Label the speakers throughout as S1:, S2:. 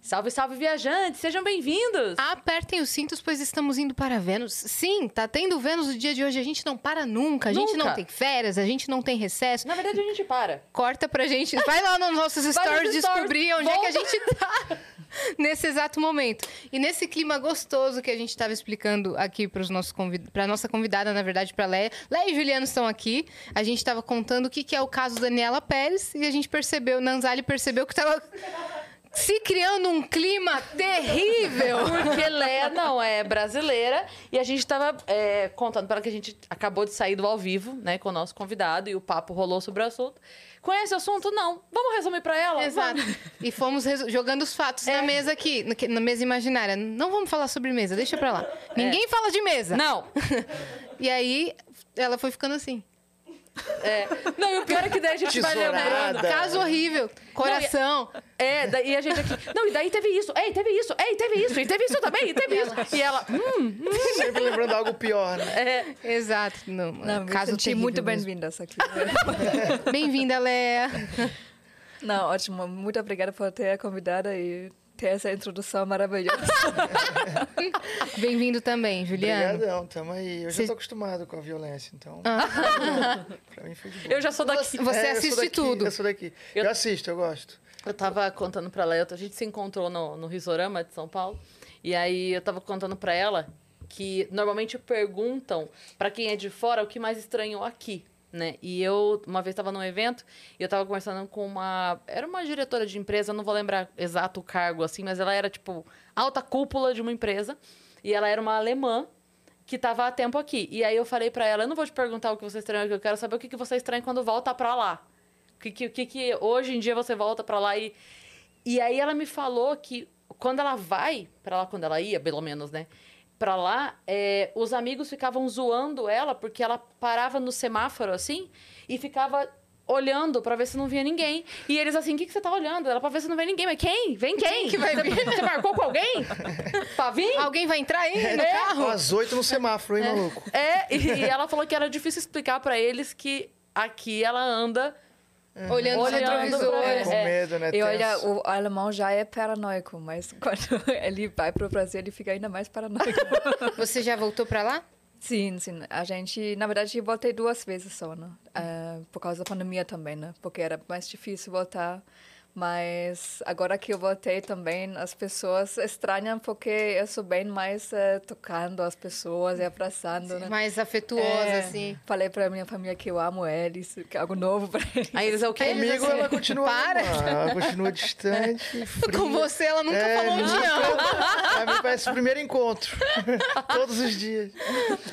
S1: Salve, salve, viajantes! Sejam bem-vindos!
S2: Apertem os cintos, pois estamos indo para Vênus. Sim, tá tendo Vênus no dia de hoje. A gente não para nunca. A gente
S1: Nunca.
S2: não tem férias, a gente não tem recesso.
S1: Na verdade, a gente para.
S2: Corta pra gente. Vai lá nos nossos
S1: nos
S2: stories
S1: stories,
S2: descobrir onde é que
S1: volta.
S2: a gente tá nesse exato momento. E nesse clima gostoso que a gente estava explicando aqui para nossos convid... pra nossa convidada, na verdade, para Leia. Leia e Juliano estão aqui. A gente estava contando o que, que é o caso Daniela Pérez e a gente percebeu, Nanzali percebeu que estava se criando um clima
S1: É
S2: terrível.
S1: Porque Lé não é brasileira. E a gente tava é, contando para ela que a gente acabou de sair do ao vivo, né? Com o nosso convidado. E o papo rolou sobre o assunto. Conhece o assunto? Não. Vamos resumir para ela?
S2: Exato.
S1: Vamos.
S2: E fomos resu- jogando os fatos na mesa aqui, no que- na mesa imaginária. Não vamos falar sobre mesa, deixa pra lá. Ninguém fala de mesa.
S1: Não.
S2: E aí ela foi ficando assim.
S1: É. Não, e o pior é que daí a gente vai
S3: Tesourada.
S1: lembrando.
S3: Nada.
S2: Caso horrível, coração.
S1: É, da- e a gente aqui. Não, e daí teve isso. Ei, teve isso. Ei, teve isso. E teve isso também. E teve isso. E ela. Hum,
S3: Sempre lembrando algo pior, né?
S1: é.
S2: Exato. Não,
S4: Não, me
S2: caso
S4: senti
S2: terrível
S4: muito
S2: mesmo.
S4: bem-vinda essa aqui.
S2: Bem-vinda, Léa.
S4: Não, ótimo. Muito obrigada por ter convidado e ter essa introdução maravilhosa.
S2: Bem-vindo também, Juliano.
S3: Obrigadão, tamo aí. Eu já
S2: Cês- Ah.
S3: tô acostumado com a violência, então. pra mim foi de boa. É,
S1: Eu já sou daqui.
S2: Você
S3: eu sou
S2: assiste
S3: daqui,
S2: tudo.
S3: Eu sou daqui. Eu...
S1: Eu-
S3: assisto, eu gosto.
S1: Eu tava contando pra ela, a gente se encontrou no, no Risorama de São Paulo, e aí eu tava contando pra ela que normalmente perguntam pra quem é de fora o que mais estranhou aqui, né? E eu, uma vez, tava num evento e eu tava conversando com uma. Era uma diretora de empresa, eu não vou lembrar exato o cargo assim, mas ela era tipo alta cúpula de uma empresa, e ela era uma alemã. Que tava há tempo aqui. E aí eu falei pra ela: eu não vou te perguntar o que você estranha, eu quero saber o que que você estranha quando volta pra lá. O que, que, o que que hoje em dia você volta pra lá e. E aí ela me falou que quando ela vai pra lá, quando ela ia, pelo menos, né? Pra lá, é, os amigos ficavam zoando ela porque ela parava no semáforo assim e ficava olhando pra ver se não via ninguém. E eles assim: o que, que você tá olhando? Ela pra ver se não vê ninguém. Mas quem? Vem quem?
S2: Quem que vai
S1: Você-
S2: vir?"
S1: Você marcou com alguém? pra vir?
S2: Alguém vai entrar aí É no
S3: É.
S2: carro?
S3: Às oito no semáforo, hein, maluco?
S1: É, e, e ela falou que era difícil explicar pra eles que aqui ela anda
S2: Olhando os
S1: Olhando pra
S2: retrovisores.
S3: Com
S1: É.
S3: medo, né?
S4: E olha,
S3: tenso.
S4: o alemão já é paranoico, mas quando ele vai para o Brasil, ele fica ainda mais paranoico.
S2: Você já voltou pra lá?
S4: sim, sim. A gente, na verdade, eu voltei duas vezes só, né? Ah, por causa da pandemia também, né? Porque era mais difícil voltar. Mas agora que eu voltei também, as pessoas estranham porque eu sou bem mais eh, tocando as pessoas e abraçando, né?
S2: Mais afetuosa,
S4: É,
S2: assim.
S4: Falei pra minha família que eu amo eles, que é algo novo pra eles.
S1: Aí eles é o quê?
S3: Comigo
S2: assim,
S3: ela continua.
S2: "Para."
S3: alemã, Ela continua distante. fria.
S2: Com você, ela nunca
S3: É,
S2: falou um
S3: nunca.
S2: dia.
S3: A mim É, parece o primeiro encontro. Todos os dias.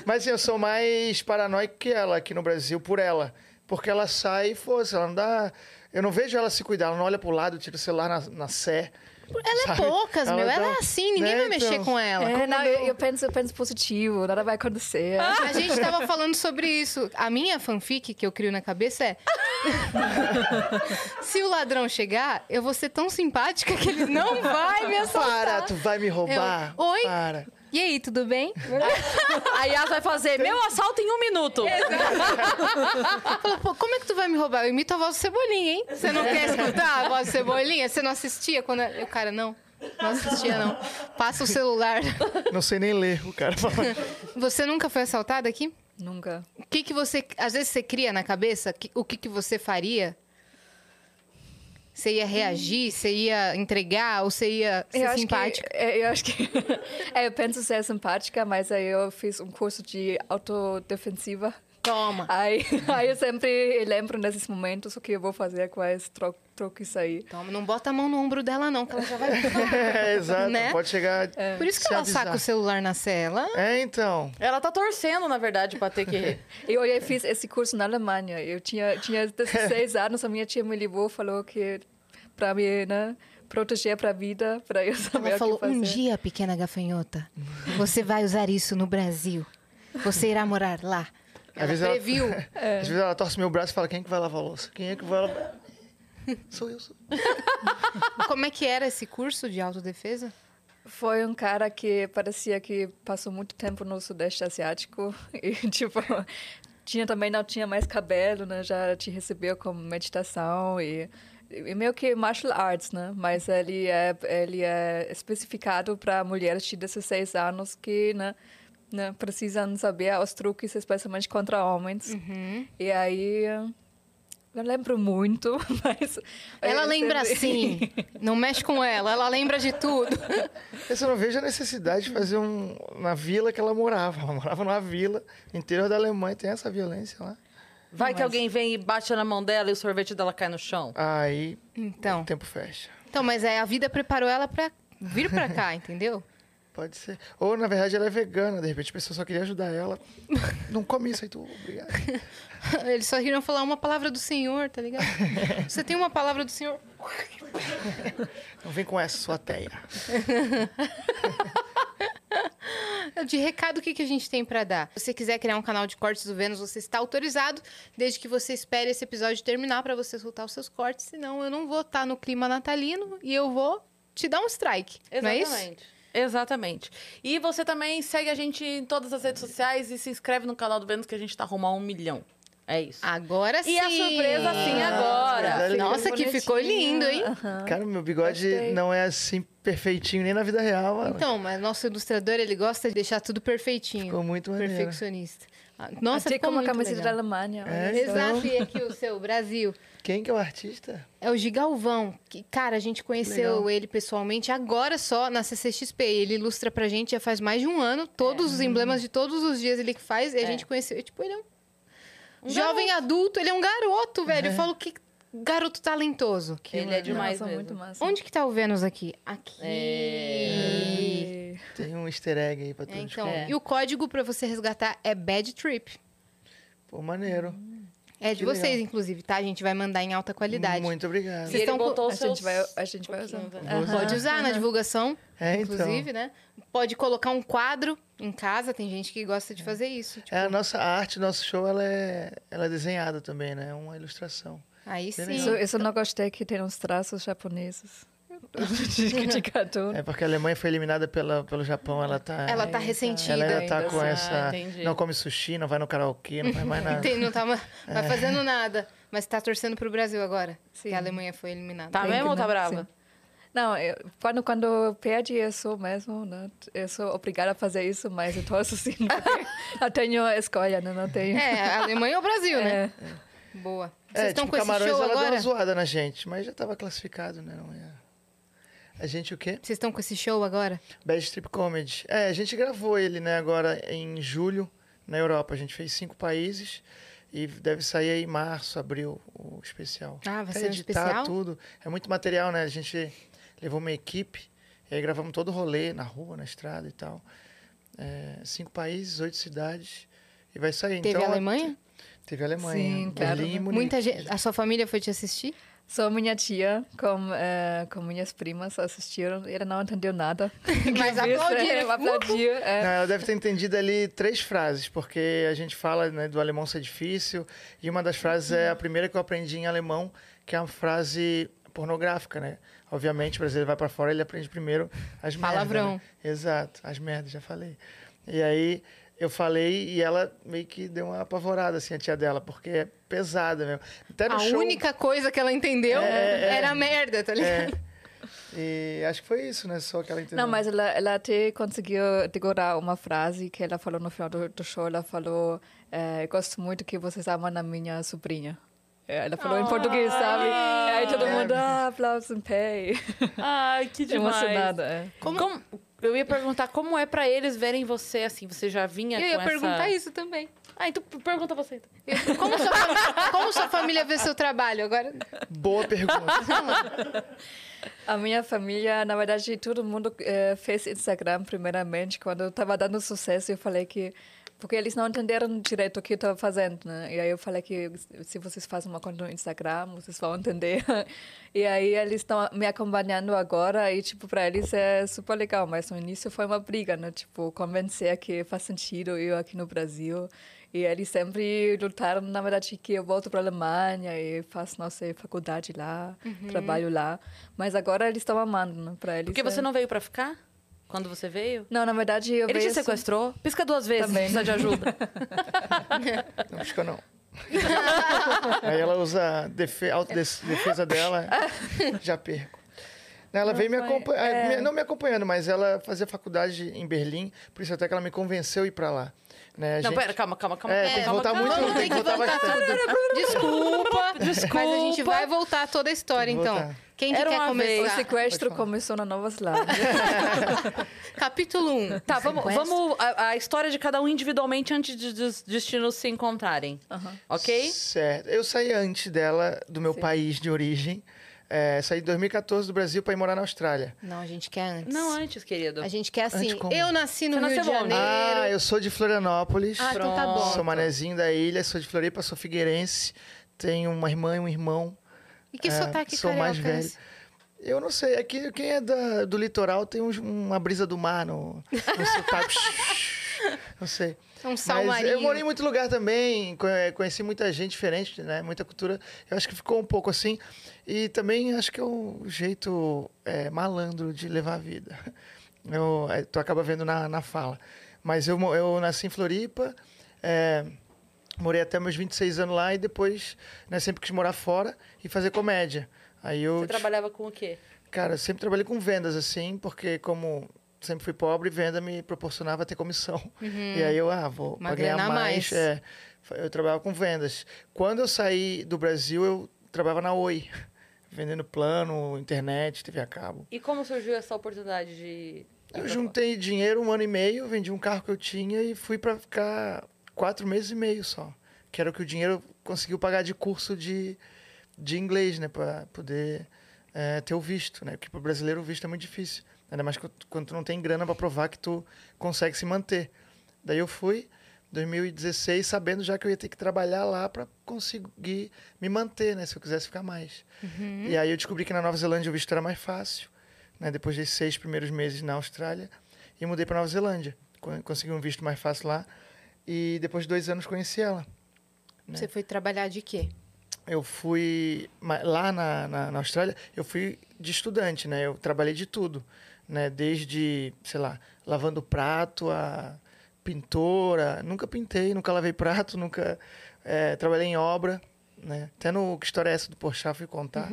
S3: Mas assim, eu sou mais paranoico que ela aqui no Brasil, por ela. Porque ela sai e força, ela não dá. Eu não vejo ela se cuidar, ela não olha pro lado, tira o celular na, na sé.
S2: Ela é
S3: sabe?
S2: poucas, meu.
S3: dá-
S2: Ela é assim, ninguém
S3: né,
S2: vai mexer
S3: então.
S2: com ela.
S4: É, não, eu, eu penso, eu penso positivo, nada vai acontecer.
S2: A gente tava falando sobre isso. A minha fanfic que eu crio na cabeça é. Se o ladrão chegar, eu vou ser tão simpática que ele não vai me assaltar.
S3: Para, tu vai me roubar.
S2: Eu- Oi?
S3: Para.
S2: E aí, tudo bem?
S1: A Yas vai fazer meu assalto em um minuto.
S2: Ela falou, pô, como é que tu vai me roubar? Eu imito a voz do Cebolinha, hein? Você não quer escutar a voz do Cebolinha? Você não assistia quando... Eu, eu, cara, não. Não assistia, não. Passa o celular.
S3: Não sei nem ler, o cara fala.
S2: Você nunca foi assaltada aqui?
S4: Nunca.
S2: O que que você... Às vezes você cria na cabeça que- o que que você faria... Você ia reagir, você ia entregar, ou você ia ser
S4: acho
S2: simpática?
S4: Que, é, eu acho que. é, eu penso ser simpática, mas aí eu fiz um curso de autodefensiva.
S2: Toma.
S4: Aí, aí eu sempre lembro nesses momentos o que eu vou fazer com esse tro troques aí.
S2: Toma, não bota a mão no ombro dela, não, que ela já vai.
S3: É, exato,
S2: Né?
S3: pode chegar.
S2: Por isso que
S3: Se
S2: ela é um
S3: avisar.
S2: saca o celular na cela.
S3: É, então.
S1: Ela tá torcendo, na verdade, pra ter que.
S4: Eu, eu fiz esse curso na Alemanha. Eu tinha, tinha 16 anos, a minha tia me ligou falou que para me né, proteger para a vida, para eu saber
S2: Ela
S4: o
S2: falou:
S4: que fazer.
S2: um dia, pequena gafanhota, você vai usar isso no Brasil. Você irá morar lá.
S3: Às
S2: Ela
S3: vezes ela-
S2: previu.
S3: Às vezes ela torce meu braço e fala: quem é que vai lavar a louça? Quem é que vai lavar? Sou eu, sou eu.
S2: Como é que era esse curso de autodefesa?
S4: Foi um cara que parecia que passou muito tempo no Sudeste Asiático e, tipo, tinha também não tinha mais cabelo, né? Já te recebeu com meditação e é meio que martial arts, né? Mas ele é, ele é especificado para mulheres de 16 anos que, né? né, precisam saber os truques, especialmente contra homens.
S2: Uhum.
S4: E aí. Não lembro muito, mas.
S2: Ela
S4: eu
S2: lembra
S4: sempre-
S2: assim. Não mexe com ela, ela lembra de tudo.
S3: Eu só não vejo a necessidade de fazer um. na vila que ela morava. Ela morava numa vila, interior da Alemanha, tem essa violência lá.
S1: Vai que alguém vem e bate na mão dela e o sorvete dela cai no chão.
S3: Aí o
S2: Então,
S3: tempo fecha.
S2: então mas é, a vida preparou ela pra vir pra cá, entendeu?
S3: Pode ser. Ou, na verdade, ela é vegana, de repente a pessoa só queria ajudar ela. Não come isso aí, tu. Obrigado.
S2: Eles só queriam falar uma palavra do Senhor, tá ligado? Você tem uma palavra do Senhor.
S3: Não vem com essa, sua teia.
S2: De recado, o que, que a gente tem pra dar? Se você quiser criar um canal de cortes do Vênus, você está autorizado, desde que você espere esse episódio terminar pra você soltar os seus cortes, senão eu não vou estar no clima natalino e eu vou te dar um strike. Não é isso?
S1: Exatamente. Exatamente. E você também segue a gente em todas as redes sociais e se inscreve no canal do Vênus que a gente tá rumo a um milhão. É isso.
S2: Agora sim.
S1: E a surpresa sim agora.
S3: verdade.
S2: Nossa, que ficou lindo, hein?
S3: Cara, meu bigode
S4: Gostei.
S3: não é assim perfeitinho nem na vida real. Mano.
S2: Então, mas nosso ilustrador, ele gosta de deixar tudo perfeitinho.
S3: Ficou muito maneiro.
S2: Perfeccionista. Ah, Nossa,
S4: Achei
S2: ficou
S4: como a
S2: muito
S4: camiseta da
S2: legal.
S4: Alemanha.
S3: É.
S4: olha.
S2: Exato, e aqui o seu, Brasil.
S3: Quem que é o artista?
S2: É o Gigalvão, que, cara, a gente conheceu
S3: Legal.
S2: ele pessoalmente agora só na CCXP. Ele ilustra pra gente já faz mais de um ano, todos os emblemas de todos os dias ele que faz, e a
S1: É.
S2: gente conheceu. e, Tipo, ele é um, jovem adulto, ele é um garoto, velho. Eu falo que garoto talentoso.
S1: Ele é demais
S4: Nossa,
S1: mesmo.
S4: muito massa.
S2: Onde que tá o Vênus aqui? Aqui.
S4: E-
S3: Tem um easter egg aí pra
S2: É,
S3: todos.
S2: então,
S1: É.
S2: E o código pra você resgatar é Bad Trip.
S3: Pô, maneiro.
S2: É de
S3: Que
S2: vocês,
S3: legal.
S2: inclusive, tá? A gente vai mandar em alta qualidade.
S3: Muito obrigado.
S1: Se- Vocês
S4: E ele
S1: estão com-
S4: botou
S1: os
S4: a gente vai,
S1: seus- é.
S4: a gente vai
S2: Um
S4: usar.
S1: Pouquinho,
S4: Aham.
S2: Pode usar na divulgação,
S3: É, então.
S2: inclusive, né? Pode colocar um quadro em casa, tem gente que gosta de fazer isso. tipo,
S3: É, a nossa a arte, nosso show, ela é, ela é desenhada também, né? É uma ilustração.
S2: Aí sim.
S3: Beleza.
S4: Isso, isso eu não gostei que tem uns traços japoneses. de, de cartoon.
S3: É porque a Alemanha foi eliminada pela, pelo Japão, ela tá.
S2: Ela tá
S4: Ainda.
S2: ressentida.
S3: ela ainda tá com
S1: Ah,
S3: essa.
S1: entendi.
S3: Não come sushi, não vai no karaokê, não faz mais nada.
S2: Tem- não tá ma-
S3: É.
S2: vai fazendo nada, mas tá torcendo pro Brasil agora, que a Alemanha foi eliminada.
S1: Tá
S4: Tem que,
S1: mesmo ou tá
S4: né?
S1: brava?
S4: Sim. Não, eu, quando, quando perde, eu sou mesmo, né? Eu sou obrigada a fazer isso, mas eu torço sim. porque eu tenho a escolha, né? Não tenho.
S2: É, a Alemanha ou o Brasil,
S4: É.
S2: né? Boa. Vocês
S3: é,
S2: estão com
S3: tipo,
S2: esse
S3: Camarões,
S2: show
S3: ela deu
S2: agora?
S3: uma zoada na gente, mas já tava classificado, né? Não ia... A gente o quê?
S2: Vocês estão com esse show agora?
S3: Bad Trip Comedy. É, a gente gravou ele, né, agora em julho, na Europa. A gente fez cinco países e deve sair aí em março, abril, o especial.
S2: Ah, vai
S3: Até
S2: ser um
S3: editar
S2: especial?
S3: tudo. É muito material, né? A gente levou uma equipe e aí gravamos todo o rolê, na rua, na estrada e tal. É, cinco países, oito cidades e vai sair.
S2: Teve
S3: então,
S2: Alemanha?
S3: Teve Alemanha.
S4: Sim, claro.
S3: Berlim, e Munique.
S2: Muita gente. A sua família foi te assistir?
S4: Só minha tia com, eh, com minhas primas assistiram. Ela não entendeu nada.
S2: Mas aplaudiram.
S4: Eu
S1: né?
S4: aplaudi. é.
S3: Não, ela deve ter entendido ali três frases, porque a gente fala né, do alemão ser difícil, e uma das frases é a primeira que eu aprendi em alemão, que é uma frase pornográfica, né? Obviamente, o brasileiro vai pra fora, ele aprende primeiro as merdas.
S2: Palavrão.
S3: né? Exato, as merdas, já falei. E aí eu falei e ela meio que deu uma apavorada, assim, a tia dela, porque é pesada mesmo. Até no
S2: A
S3: show-
S2: única coisa que ela entendeu era a merda, tá
S3: É.
S2: ligado?
S3: E acho que foi isso, né? Só que ela entendeu.
S4: Não, mas ela, ela até conseguiu decorar uma frase que ela falou no final do, do show. Ela falou, eh, gosto muito que vocês amam a minha sobrinha. É, Ela falou em português, sabe? Aí todo mundo, ah, aplausos em pé.
S1: Ai, que demais.
S4: Emocionada, é.
S1: Como... Eu ia perguntar como é pra eles verem você assim. Você já vinha
S2: Eu
S1: com
S2: ia
S1: essa...
S2: perguntar isso também.
S1: Ah, então pergunta você. Então.
S2: Como sua, fami- como sua família vê seu trabalho agora?
S3: Boa pergunta.
S4: A minha família, na verdade, todo mundo eh, fez Instagram primeiramente. Quando eu estava dando sucesso, eu falei que... Porque eles não entenderam direito o que eu estava fazendo, né? E aí eu falei que se vocês fazem uma conta no Instagram, vocês vão entender. E aí eles estão me acompanhando agora e, tipo, para eles é super legal. Mas no início foi uma briga, né? Tipo, convencer que faz sentido eu aqui no Brasil. E eles sempre lutaram, na verdade, que eu volto para a Alemanha e faço nossa faculdade lá, trabalho lá. Mas agora eles estão amando, né? Para eles.
S1: Uhum. Porque
S4: é-
S1: você não veio pra ficar? Quando você veio?
S4: Não, na verdade, eu
S3: assim.
S1: Ele te
S4: vejo- assim,
S1: sequestrou? Pisca duas vezes,
S4: Também.
S1: precisa de ajuda.
S3: não, acho que eu não. Aí ela usa a defe... autodefesa dela, já perco. Ela
S4: Não,
S3: veio me
S4: foi-
S3: acompanhar,
S4: é.
S3: me- não me acompanhando, mas ela fazia faculdade em Berlim, por isso até que ela me convenceu a ir pra lá. Né, a
S1: Não,
S3: gente-
S1: pera, calma, calma, calma.
S3: É,
S1: calma,
S3: tem que
S1: calma,
S3: voltar
S1: calma.
S3: muito,
S2: Vamos
S3: tem
S2: ter
S3: que
S2: que
S3: voltar
S2: voltar
S3: bastante.
S2: Desculpa, desculpa. Mas a gente vai voltar toda a história,
S3: Tem que
S2: então.
S3: voltar.
S2: Quem que
S1: Era
S2: quer
S1: uma vez.
S4: O
S2: começar?
S4: sequestro
S3: Pode falar.
S4: começou na Nova Zelândia.
S2: Capítulo 1.
S1: Tá, vamos,
S4: Sequestro.
S1: vamos a, a história de cada um individualmente antes de- dos destinos se encontrarem. Ok?
S3: Certo. Eu saí antes dela, do meu país de origem. É, saí em 2014 do Brasil pra ir morar na Austrália.
S2: Não, a gente quer antes.
S1: Não, antes, querido.
S2: A gente quer assim.
S3: Antes como?
S2: Eu nasci no
S1: Você
S2: Rio de
S1: nasceu onde?
S2: Janeiro.
S3: Ah, eu sou de Florianópolis.
S2: Ah, então tá
S1: Pronto.
S2: bom.
S3: Sou manezinho da ilha, sou de Floripa, sou figueirense. Tenho uma irmã e um irmão.
S2: E que
S3: É,
S2: sotaque
S3: sou
S2: carioca
S3: mais
S2: é
S3: velho.
S2: esse?
S3: Eu não sei, aqui quem é da- do litoral tem uns- uma brisa do mar no, no sotaque. Não sei.
S2: É um
S3: Mas
S2: salmarinho.
S3: eu morei em muito lugar também, co- eh, conheci muita gente diferente, né? Muita cultura. Eu acho que ficou um pouco assim. E também acho que é um jeito eh, malandro de levar a vida. Eu, eh, tu acaba vendo na, na fala. Mas eu, mo- eu nasci em Floripa, eh, morei até meus 26 anos lá e depois né, sempre quis morar fora e fazer comédia. Aí eu
S1: Você trabalhava com o quê?
S3: Cara, eu sempre trabalhei com vendas, assim, porque como sempre fui pobre, venda me proporcionava ter comissão. E aí eu, ah, vou
S2: Uhum. Uma
S3: pra ganhar
S2: grana a mais.
S3: mais. é. Fa- eu trabalhava com vendas. Quando eu saí do Brasil, eu trabalhava na Oi, vendendo plano, internet, TV a cabo.
S1: E como surgiu essa oportunidade de.
S3: Eu juntei dinheiro um ano e meio, vendi um carro que eu tinha e fui pra ficar quatro meses e meio só. Que era o que o dinheiro conseguiu pagar de curso de, de inglês, né? Pra poder eh, ter o visto, né? Porque pro brasileiro o visto é muito difícil. Ainda mais quando tu- quando tu não tem grana pra provar que tu consegue se manter. Daí eu fui, 2016, sabendo já que eu ia ter que trabalhar lá pra conseguir me manter, né? Se eu quisesse ficar mais. E aí eu descobri que na Nova Zelândia o visto era mais fácil, né? Depois desses seis primeiros meses na Austrália. E mudei pra Nova Zelândia. Con- Consegui um visto mais fácil lá. E depois de dois anos conheci ela.
S2: né? Você foi trabalhar de quê?
S3: Eu fui... ma- Lá na, na, na Austrália, eu fui de estudante, né? Eu trabalhei de tudo, né? Desde, sei lá, lavando prato a pintora. Nunca pintei, nunca lavei prato, nunca... eh, trabalhei em obra, né? Até no Que História É Essa do Porchat fui contar.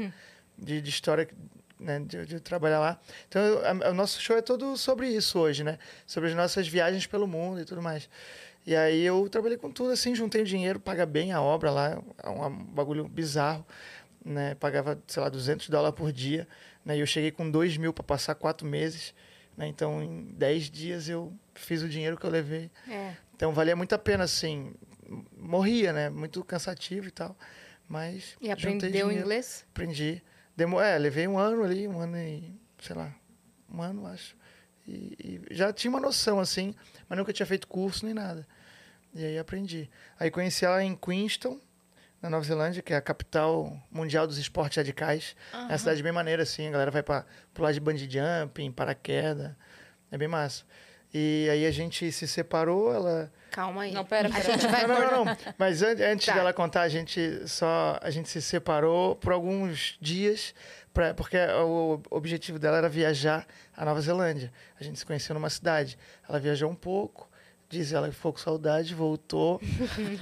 S3: De, de história né, de, de trabalhar lá. Então, eu- a- o nosso show é todo sobre isso hoje, né? Sobre as nossas viagens pelo mundo e tudo mais. E aí eu trabalhei com tudo, assim, juntei o dinheiro, paga bem a obra lá, é um, um bagulho bizarro, né? Pagava, sei lá, 200 dólares por dia, né? E eu cheguei com 2 mil para passar quatro meses, né? Então, em 10 dias eu fiz o dinheiro que eu levei.
S2: É.
S3: Então, valia muito a pena, assim, m- morria, né? Muito cansativo e tal, mas...
S2: E
S3: juntei
S2: aprendeu
S3: dinheiro.
S2: inglês?
S3: Aprendi. Demo... É, levei um ano ali, um ano e. sei lá, um ano, acho. E, e já tinha uma noção, assim, mas nunca tinha feito curso nem nada. E aí aprendi. Aí conheci ela em Queenstown, na Nova Zelândia, que é a capital mundial dos esportes radicais. É uma cidade bem maneira, assim, a galera vai pra pular de bungee jumping, paraquedas. É bem massa. E aí a gente se separou, ela.
S2: Calma aí.
S1: Não, pera,
S2: A
S1: pera.
S2: gente vai
S3: Não, não, não, não. Mas an- antes
S2: Tá.
S3: dela contar, a gente só a gente se separou por alguns dias, pra, porque o objetivo dela era viajar à Nova Zelândia. A gente se conheceu numa cidade. Ela viajou um pouco, diz ela que ficou com saudade, voltou,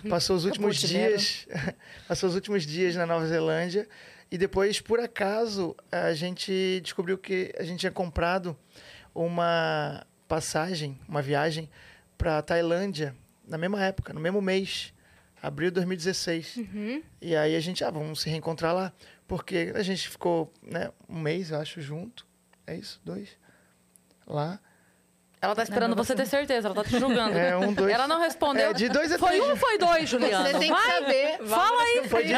S3: passou os últimos
S4: o dinheiro.
S3: dias, passou os últimos dias na Nova Zelândia e depois, por acaso, a gente descobriu que a gente tinha comprado uma passagem, uma viagem para Tailândia na mesma época, no mesmo mês, abril de 2016.
S1: Uhum.
S3: E aí a gente, ah, vamos se reencontrar lá, porque a gente ficou, né, um mês, eu acho, junto. É isso, dois lá.
S1: Ela tá esperando você ter certeza, ela tá te julgando.
S3: É, um, dois.
S1: Ela não respondeu.
S3: É, de dois a
S1: Foi
S3: três.
S1: um ou foi dois, Juliana?
S2: Você tem que
S1: Vai,
S2: saber.
S1: Fala aí.
S3: Foi de,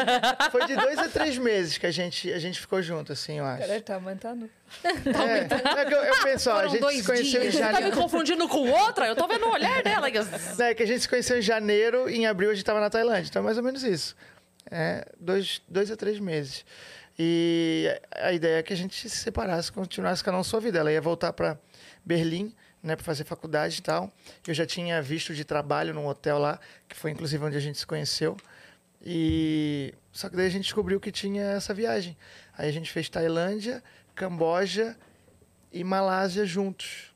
S3: foi de dois a três meses que a gente, a gente ficou junto, assim, eu acho.
S4: Cara, tá aumentando.
S3: É, é que eu, eu penso, ó, a
S2: tá Foram
S3: gente
S2: dois
S3: se conheceu
S2: dias.
S3: em
S1: Tá me
S3: janeiro.
S1: confundindo com outra? Eu tô vendo o olhar dela. que-
S3: Não, é que a gente se conheceu em janeiro e em abril a gente tava na Tailândia. Então é mais ou menos isso. É, dois, dois a três meses. E a ideia é que a gente se separasse, continuasse com a nossa vida. Ela ia voltar para Berlim, né, para fazer faculdade e tal. Eu já tinha visto de trabalho num hotel lá, que foi inclusive onde a gente se conheceu. E só que daí a gente descobriu que tinha essa viagem. Aí a gente fez Tailândia, Camboja e Malásia juntos,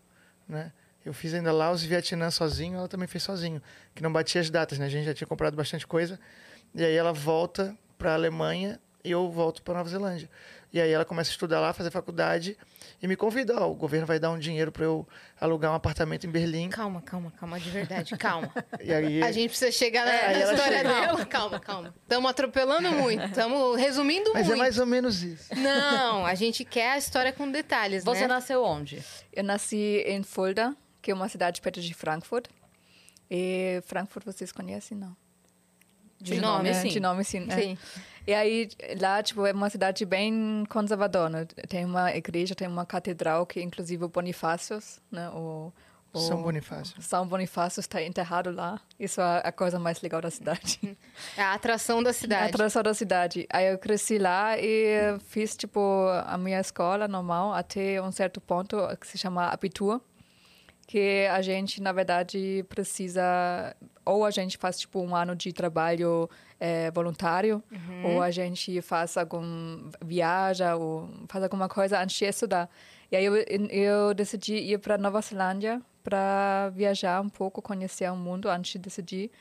S3: né? Eu fiz ainda Laos e Vietnã sozinho, ela também fez sozinho, que não batia as datas, né? A gente já tinha comprado bastante coisa E aí ela volta para a Alemanha e eu volto para Nova Zelândia. E aí ela começa a estudar lá, fazer faculdade e me convida, ó, o governo vai dar um dinheiro para eu alugar um apartamento em Berlim.
S2: Calma, calma, calma, de verdade, calma.
S3: E aí
S2: A gente precisa chegar na
S3: É,
S2: na
S3: ela
S2: história
S3: chega.
S2: dela. Calma, calma. Estamos atropelando muito, estamos resumindo
S3: Mas é
S2: muito.
S3: mais ou menos isso.
S2: Não, a gente quer a história com detalhes,
S1: Você
S2: né?
S1: nasceu onde?
S4: Eu nasci em Fulda, que é uma cidade perto de Frankfurt. E Frankfurt vocês conhecem, não?
S1: De nome,
S4: né?
S1: sim.
S4: De nome, sim. é.
S2: Sim.
S4: E aí, lá, tipo, é uma cidade bem conservadora. né? Tem uma igreja, tem uma catedral que, inclusive, o Bonifácio, né? O, o
S3: São Bonifácio.
S4: São Bonifácio está enterrado lá. Isso é a coisa mais legal da cidade.
S2: É a atração da
S4: A
S2: cidade.
S4: atração da cidade. Aí eu cresci lá e fiz, tipo, a minha escola normal até um certo ponto, que se chama Abitur, que a gente, na verdade, precisa... Ou a gente faz, tipo, um ano de trabalho eh, voluntário, ou a gente faz algum... viaja, ou faz alguma coisa antes de estudar. E aí eu, eu decidi ir para Nova Zelândia para viajar um pouco, conhecer o mundo antes de decidir.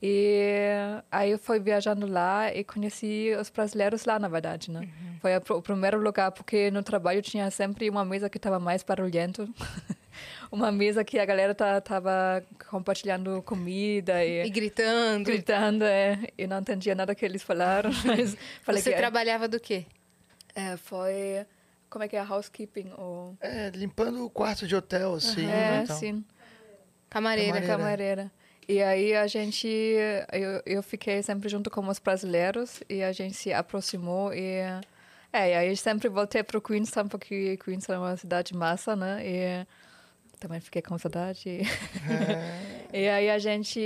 S4: E aí eu fui viajando lá e conheci os brasileiros lá, na verdade, né? Foi a pr- o primeiro lugar, porque no trabalho tinha sempre uma mesa que estava mais barulhento. uma mesa que a galera tá, tava compartilhando comida
S2: E
S4: e
S2: gritando.
S4: gritando. É. Eu não entendia nada que eles falaram, mas falei
S2: Você
S4: que...
S2: trabalhava do quê?
S4: É, foi... Como é que é? Housekeeping ou...
S3: É, limpando o quarto de hotel, assim.
S4: é,
S3: então.
S4: sim.
S2: Camareira.
S3: Camareira.
S4: Camareira. E aí a gente, eu, eu fiquei sempre junto com os brasileiros e a gente se aproximou e é, e aí eu sempre voltei para Queenstown porque Queenstown é uma cidade massa, né? E também fiquei com saudade. e aí a gente,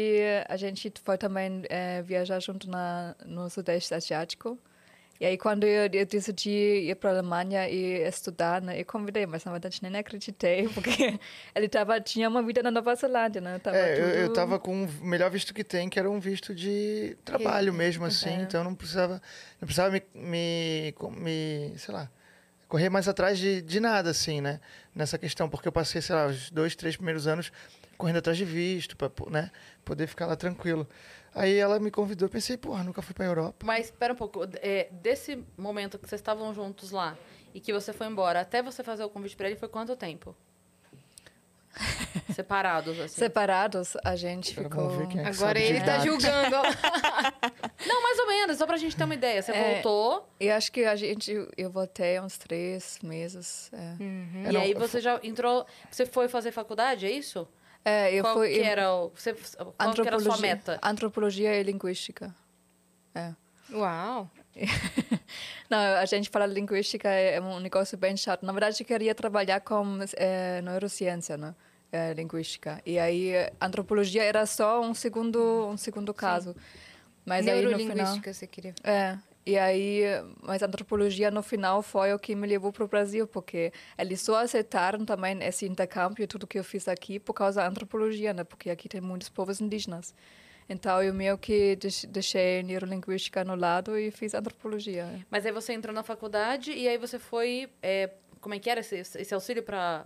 S4: a gente foi também eh, viajar junto na, no Sudeste Asiático. E aí quando eu, eu decidi ir para a Alemanha e estudar, né, eu convidei, mas na verdade nem acreditei, porque ele tava, tinha uma vida na Nova Zelândia, né? Tava
S3: É, eu, eu
S4: tudo-
S3: tava com o melhor visto que tem, que era um visto de trabalho mesmo,
S4: é.
S3: assim. Então eu não precisava, não precisava me, me, co- me, sei lá, correr mais atrás de, de nada, assim, né? Nessa questão, porque eu passei, sei lá, os dois, três primeiros anos correndo atrás de visto, pra po- né, poder ficar lá tranquilo. Aí ela me convidou, eu pensei, porra, nunca fui pra Europa.
S1: Mas espera um pouco. é, desse momento que vocês estavam juntos lá e que você foi embora, até você fazer o convite pra ele, foi quanto tempo? Separados, assim.
S4: Separados, a gente
S3: Agora
S4: ficou...
S3: vamos ver quem é que
S2: Agora
S3: sabe
S2: ele
S3: de
S2: tá
S3: data.
S2: julgando. ó.
S1: Não, mais ou menos, só pra gente ter uma ideia. Você
S4: É.
S1: voltou
S4: Eu acho que a gente, eu voltei uns três meses. É,
S2: Uhum.
S3: É,
S1: e
S3: não,
S1: aí você já entrou. Você foi fazer faculdade, é isso?
S4: É, eu
S1: qual
S4: fui...
S1: que era o. Você, qual que era a sua meta?
S4: Antropologia e linguística. É.
S2: Uau.
S4: Não, a gente fala linguística é é um negócio bem chato. Na verdade, eu queria trabalhar com eh, neurociência, né? Eh, linguística. E aí, eh, antropologia era só um segundo, um segundo caso. Mas aí, no final...
S2: Neurolinguística, você queria.
S4: É. E aí, mas a antropologia no final foi o que me levou para o Brasil, porque eles só aceitaram também esse intercâmbio, tudo que eu fiz aqui, por causa da antropologia, né? Porque aqui tem muitos povos indígenas. Então, eu meio que deix- deixei neurolinguística no lado e fiz antropologia.
S1: Mas aí você entrou na faculdade e aí você foi. é, como é que era esse, esse auxílio pra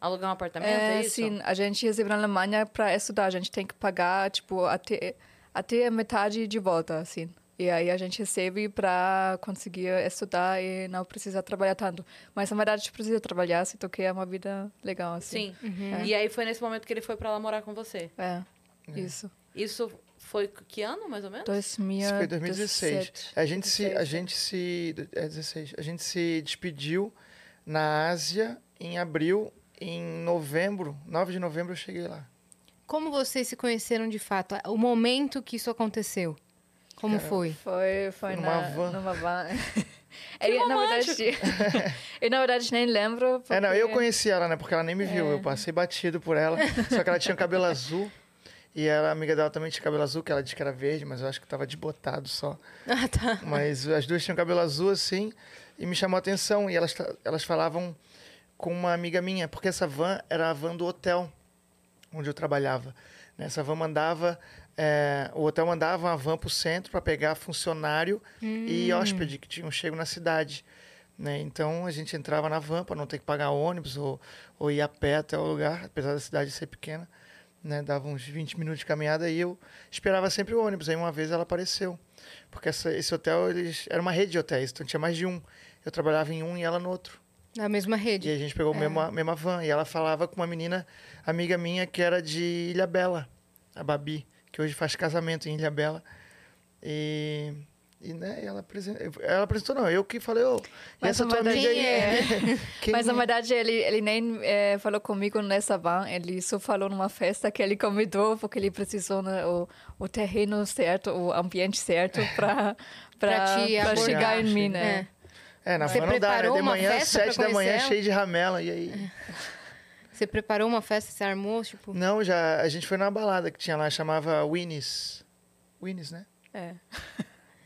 S1: alugar um apartamento? É,
S4: É,
S1: isso?
S4: sim, a gente recebeu na Alemanha para estudar, a gente tem que pagar, tipo, até, até a metade de volta, assim. E aí a gente recebe para conseguir estudar e não precisa trabalhar tanto. Mas, na verdade, precisa trabalhar, se tu quer uma vida legal, assim.
S1: Sim. E aí foi nesse momento que ele foi pra lá morar com você.
S4: É, isso.
S1: Isso foi que ano, mais ou menos?
S4: 2000,
S3: Isso foi 2016. A gente se, a
S4: 16,
S3: gente se, é 16. A gente se despediu na Ásia em abril, em novembro, 9 de novembro eu cheguei lá.
S2: Como vocês se conheceram de fato? O momento que isso aconteceu? Como foi?
S4: Foi, foi
S3: Numa
S4: na,
S3: van.
S4: numa van. eu, na verdade, eu, na verdade, nem lembro.
S3: É, não, eu
S4: porque-
S3: conheci ela, né? Porque ela nem me viu. Eu passei batido por ela. só que ela tinha cabelo azul. E ela, a amiga dela também tinha cabelo azul, que ela disse que era verde, mas eu acho que tava desbotado só.
S2: Ah, tá.
S3: Mas as duas tinham cabelo azul, assim, e me chamou a atenção. E elas, ta- elas falavam com uma amiga minha, porque essa van era a van do hotel onde eu trabalhava. né? Essa van mandava. é, o hotel mandava uma van para o centro para pegar funcionário e hóspede que tinham chego na cidade. Né? Então a gente entrava na van para não ter que pagar ônibus ou, ou ir a pé até o lugar, apesar da cidade ser pequena. né? né? Dava uns 20 minutos de caminhada e eu esperava sempre o ônibus. Aí uma vez ela apareceu. Porque essa- esse hotel, eles era uma rede de hotéis, então tinha mais de um. Eu trabalhava em um e ela no outro.
S2: Na mesma rede.
S3: E a gente pegou a mesma, mesma van. E ela falava com uma menina, amiga minha, que era de Ilha Bela, a Babi, que hoje faz casamento em Ilha Bela. E, e né, ela apresentou. Ela apresentou, não, eu que falei, ô, e
S4: Mas
S3: essa
S4: na
S3: tua amiga
S4: verdade-
S3: aí. Quem
S4: Mas
S3: é?
S4: na verdade ele, ele nem eh, falou comigo nessa van, ele só falou numa festa que ele convidou porque ele precisou né, o, o terreno certo, o ambiente certo para
S2: Pra te
S4: para
S2: abordar.
S4: chegar em mim, né?
S3: É, na
S2: Você
S3: van não dá, né?
S2: preparou
S3: De
S2: uma
S3: manhã,
S2: festa pra
S3: sete da manhã,
S2: conhecer É.
S3: cheio de ramela. E aí.
S2: Você preparou uma festa, você armou, tipo.
S3: Não, já. A gente foi numa balada que tinha lá, chamava Winnie's. Winnie's, né?
S4: É.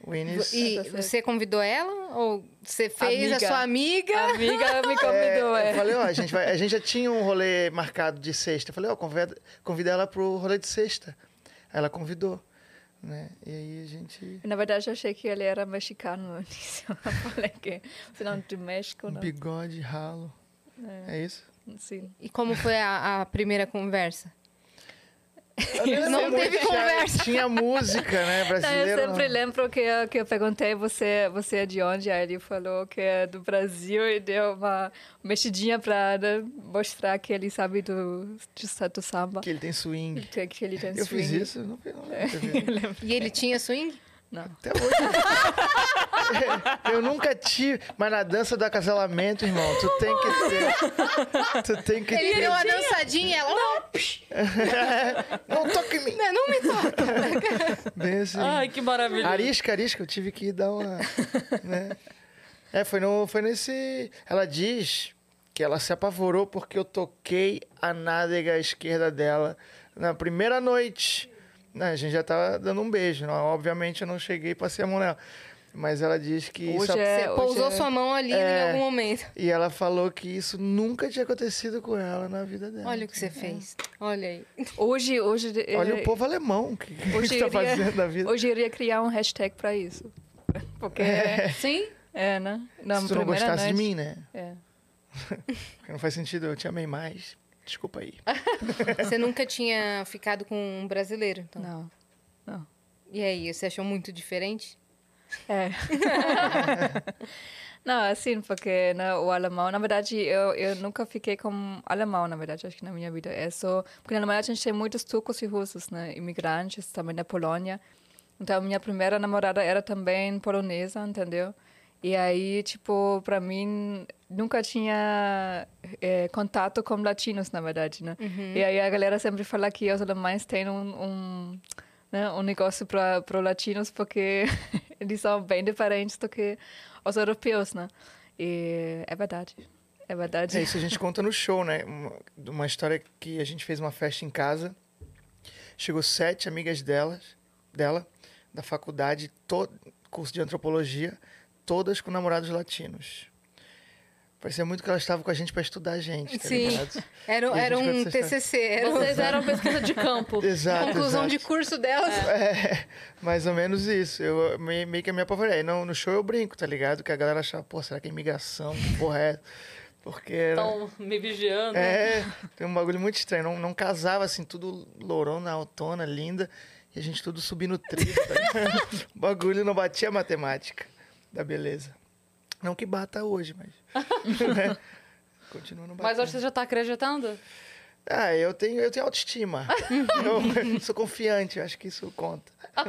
S3: Winnie's.
S2: E você convidou ela? Ou você fez a
S4: Amiga.
S2: sua amiga?
S4: A amiga me
S3: É,
S4: convidou, é.
S3: Eu falei, ó, a gente, vai- a gente já tinha um rolê marcado de sexta. Eu falei, ó, convida, convida ela pro rolê de sexta. Aí ela convidou, né? E aí a gente...
S4: Na verdade, eu achei que ele era mexicano no início. Eu falei que, se não, de México, não.
S3: um Bigode, ralo. É, isso?
S4: Sim.
S2: E como foi a, a primeira conversa?
S3: Eu nem
S2: Não
S3: lembro
S2: teve
S3: muito, tinha-
S2: conversa.
S3: Tinha música, né?
S4: Não, Tá, eu
S3: Brasileira.
S4: sempre
S3: não.
S4: lembro que eu, que eu perguntei você, você é de onde? Aí ele falou que é do Brasil e deu uma mexidinha pra né, mostrar que ele sabe do, de- do samba.
S3: Que ele tem swing.
S4: Que, que ele tem
S3: Eu
S4: swing.
S3: fiz isso? Não, não lembro.
S2: E ele tinha swing?
S4: Não.
S3: Até hoje. Eu nunca tive. Mas na dança do acasalamento, irmão, tu tem que ter. Tu tem que
S2: Ele
S3: ter.
S2: deu uma dançadinha e ela. Não,
S3: Não toque em mim.
S2: não, não me toca.
S3: Bem assim.
S1: Ai, que maravilha.
S3: Arisca, arisca, eu tive que dar uma. né? É, foi, no, foi nesse. Ela diz que ela se apavorou porque eu toquei a nádega esquerda dela na primeira noite. Né, a gente já tava dando um beijo. não- obviamente eu não cheguei e passei a mão nela. Mas ela diz que isso.
S4: Hoje
S2: Você
S4: é-
S2: pousou
S4: hoje é-
S2: sua mão ali em
S3: É.
S2: algum momento.
S3: E ela falou que isso nunca tinha acontecido com ela na vida dela.
S2: Olha o que você fez. Olha aí.
S4: Hoje, hoje...
S3: Olha o
S4: eh,
S3: povo alemão que, que
S4: hoje
S3: tá
S4: iria-
S3: fazendo da vida.
S4: Hoje eu iria criar um hashtag pra isso. Porque...
S1: Sim?
S4: É, né?
S3: Se tu não
S4: primeira
S3: gostasse de
S4: noite.
S3: mim, né?
S4: É.
S3: Porque não faz sentido, eu te amei mais. Desculpa aí.
S2: Você nunca tinha ficado com um brasileiro. então.
S4: Não.
S2: E aí, você achou muito diferente?
S4: É. Não, assim, porque né, o alemão, na verdade, eu, eu nunca fiquei com alemão, na verdade, acho que na minha vida. É só. Porque na Alemanha a gente tem muitos turcos e russos, né? Imigrantes também da Polônia. Então, a minha primeira namorada era também polonesa, entendeu? E aí, tipo, pra mim, nunca tinha eh, contato com latinos, na verdade, né? E aí a galera sempre fala que os alemães têm um- um né, um negócio para para latinos porque eles são bem diferentes do que os europeus, né? E é verdade, é verdade.
S3: É isso, a gente conta no show, né? Uma, de uma história que a gente fez uma festa em casa. Chegou sete amigas delas, dela, da faculdade, to, curso de antropologia, todas com namorados latinos. Parecia muito que elas estavam com a gente para estudar a gente, tá
S2: Sim.
S3: ligado?
S2: Era,
S3: E a gente
S2: era
S3: conta
S2: um
S3: essa história.
S2: TCC. Era um
S1: Vocês eram pesquisa de campo.
S2: a
S3: Exato.
S2: conclusão
S3: exato.
S2: de curso delas.
S3: É, mais ou menos isso. Eu me- meio que me apavorei. Aí No, no show eu brinco, tá ligado? Que a galera achava, pô, será que é imigração? Que porra é? essa? Porque. era-
S1: Estão me vigiando.
S3: É, tem um bagulho muito estranho. Não, não casava assim, tudo lourona, autona, linda. E a gente tudo subindo trilho. tá o bagulho não batia a matemática da beleza. Não que bata hoje, mas. né? Continua não
S1: Mas
S3: batendo.
S1: hoje você já tá acreditando?
S3: Ah, eu tenho, eu tenho autoestima. eu sou confiante, eu acho que isso conta.
S2: E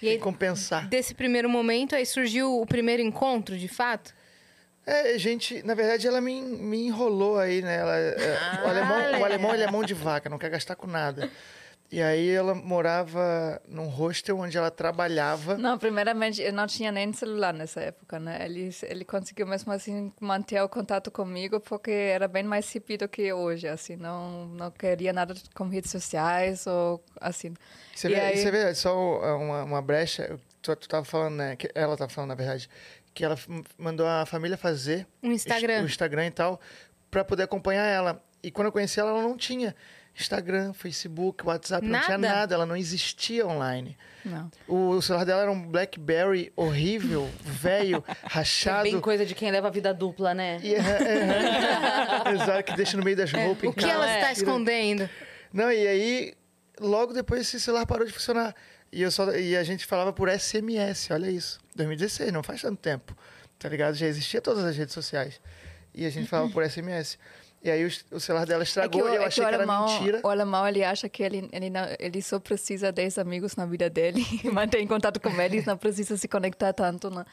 S3: Tem
S2: aí,
S3: que compensar.
S2: desse primeiro momento, aí surgiu o primeiro encontro, de fato?
S3: É, gente, na verdade ela me, en- me enrolou aí, né? Ela, é, o, alemão, o alemão ele é mão de vaca, não quer gastar com nada. E aí ela morava num hostel onde ela trabalhava.
S4: Não, primeiramente eu não tinha nem celular nessa época, né? Ele ele conseguiu mesmo assim manter o contato comigo porque era bem mais hippie do que hoje, assim, não não queria nada com redes sociais ou assim.
S3: Você
S4: E
S3: vê,
S4: aí-
S3: você vê só uh, uma, uma brecha, tu, tu tava falando, né? Que ela tava falando, na verdade, que ela f- mandou a família fazer
S2: Um Instagram.
S3: o Instagram e tal, pra poder acompanhar ela. E quando eu conheci ela, ela não tinha Instagram, Facebook, WhatsApp, não tinha
S2: Nada?
S3: nada, ela não existia online.
S4: Não.
S3: O celular dela era um BlackBerry horrível, velho,
S1: É
S3: rachado.
S1: bem coisa de quem leva a vida dupla, né?
S3: E- é, é, é. Exato, que deixa no meio das roupas em
S2: O que
S3: casa.
S2: ela está
S3: Tira-
S2: escondendo?
S3: Não, e aí, logo depois esse celular parou de funcionar. E, eu só, e a gente falava por SMS, olha isso. 2016, não faz tanto tempo. Tá ligado? Já existia todas as redes sociais. E a gente falava por SMS. E aí o, o celular dela estragou
S4: o-
S3: e eu achei
S4: é o
S3: que, era
S4: alemão,
S3: mentira.
S4: O alemão, ele acha que ele, ele, não- ele só precisa 10 amigos na vida dele. Mantém contato com eles, não precisa se conectar tanto, né?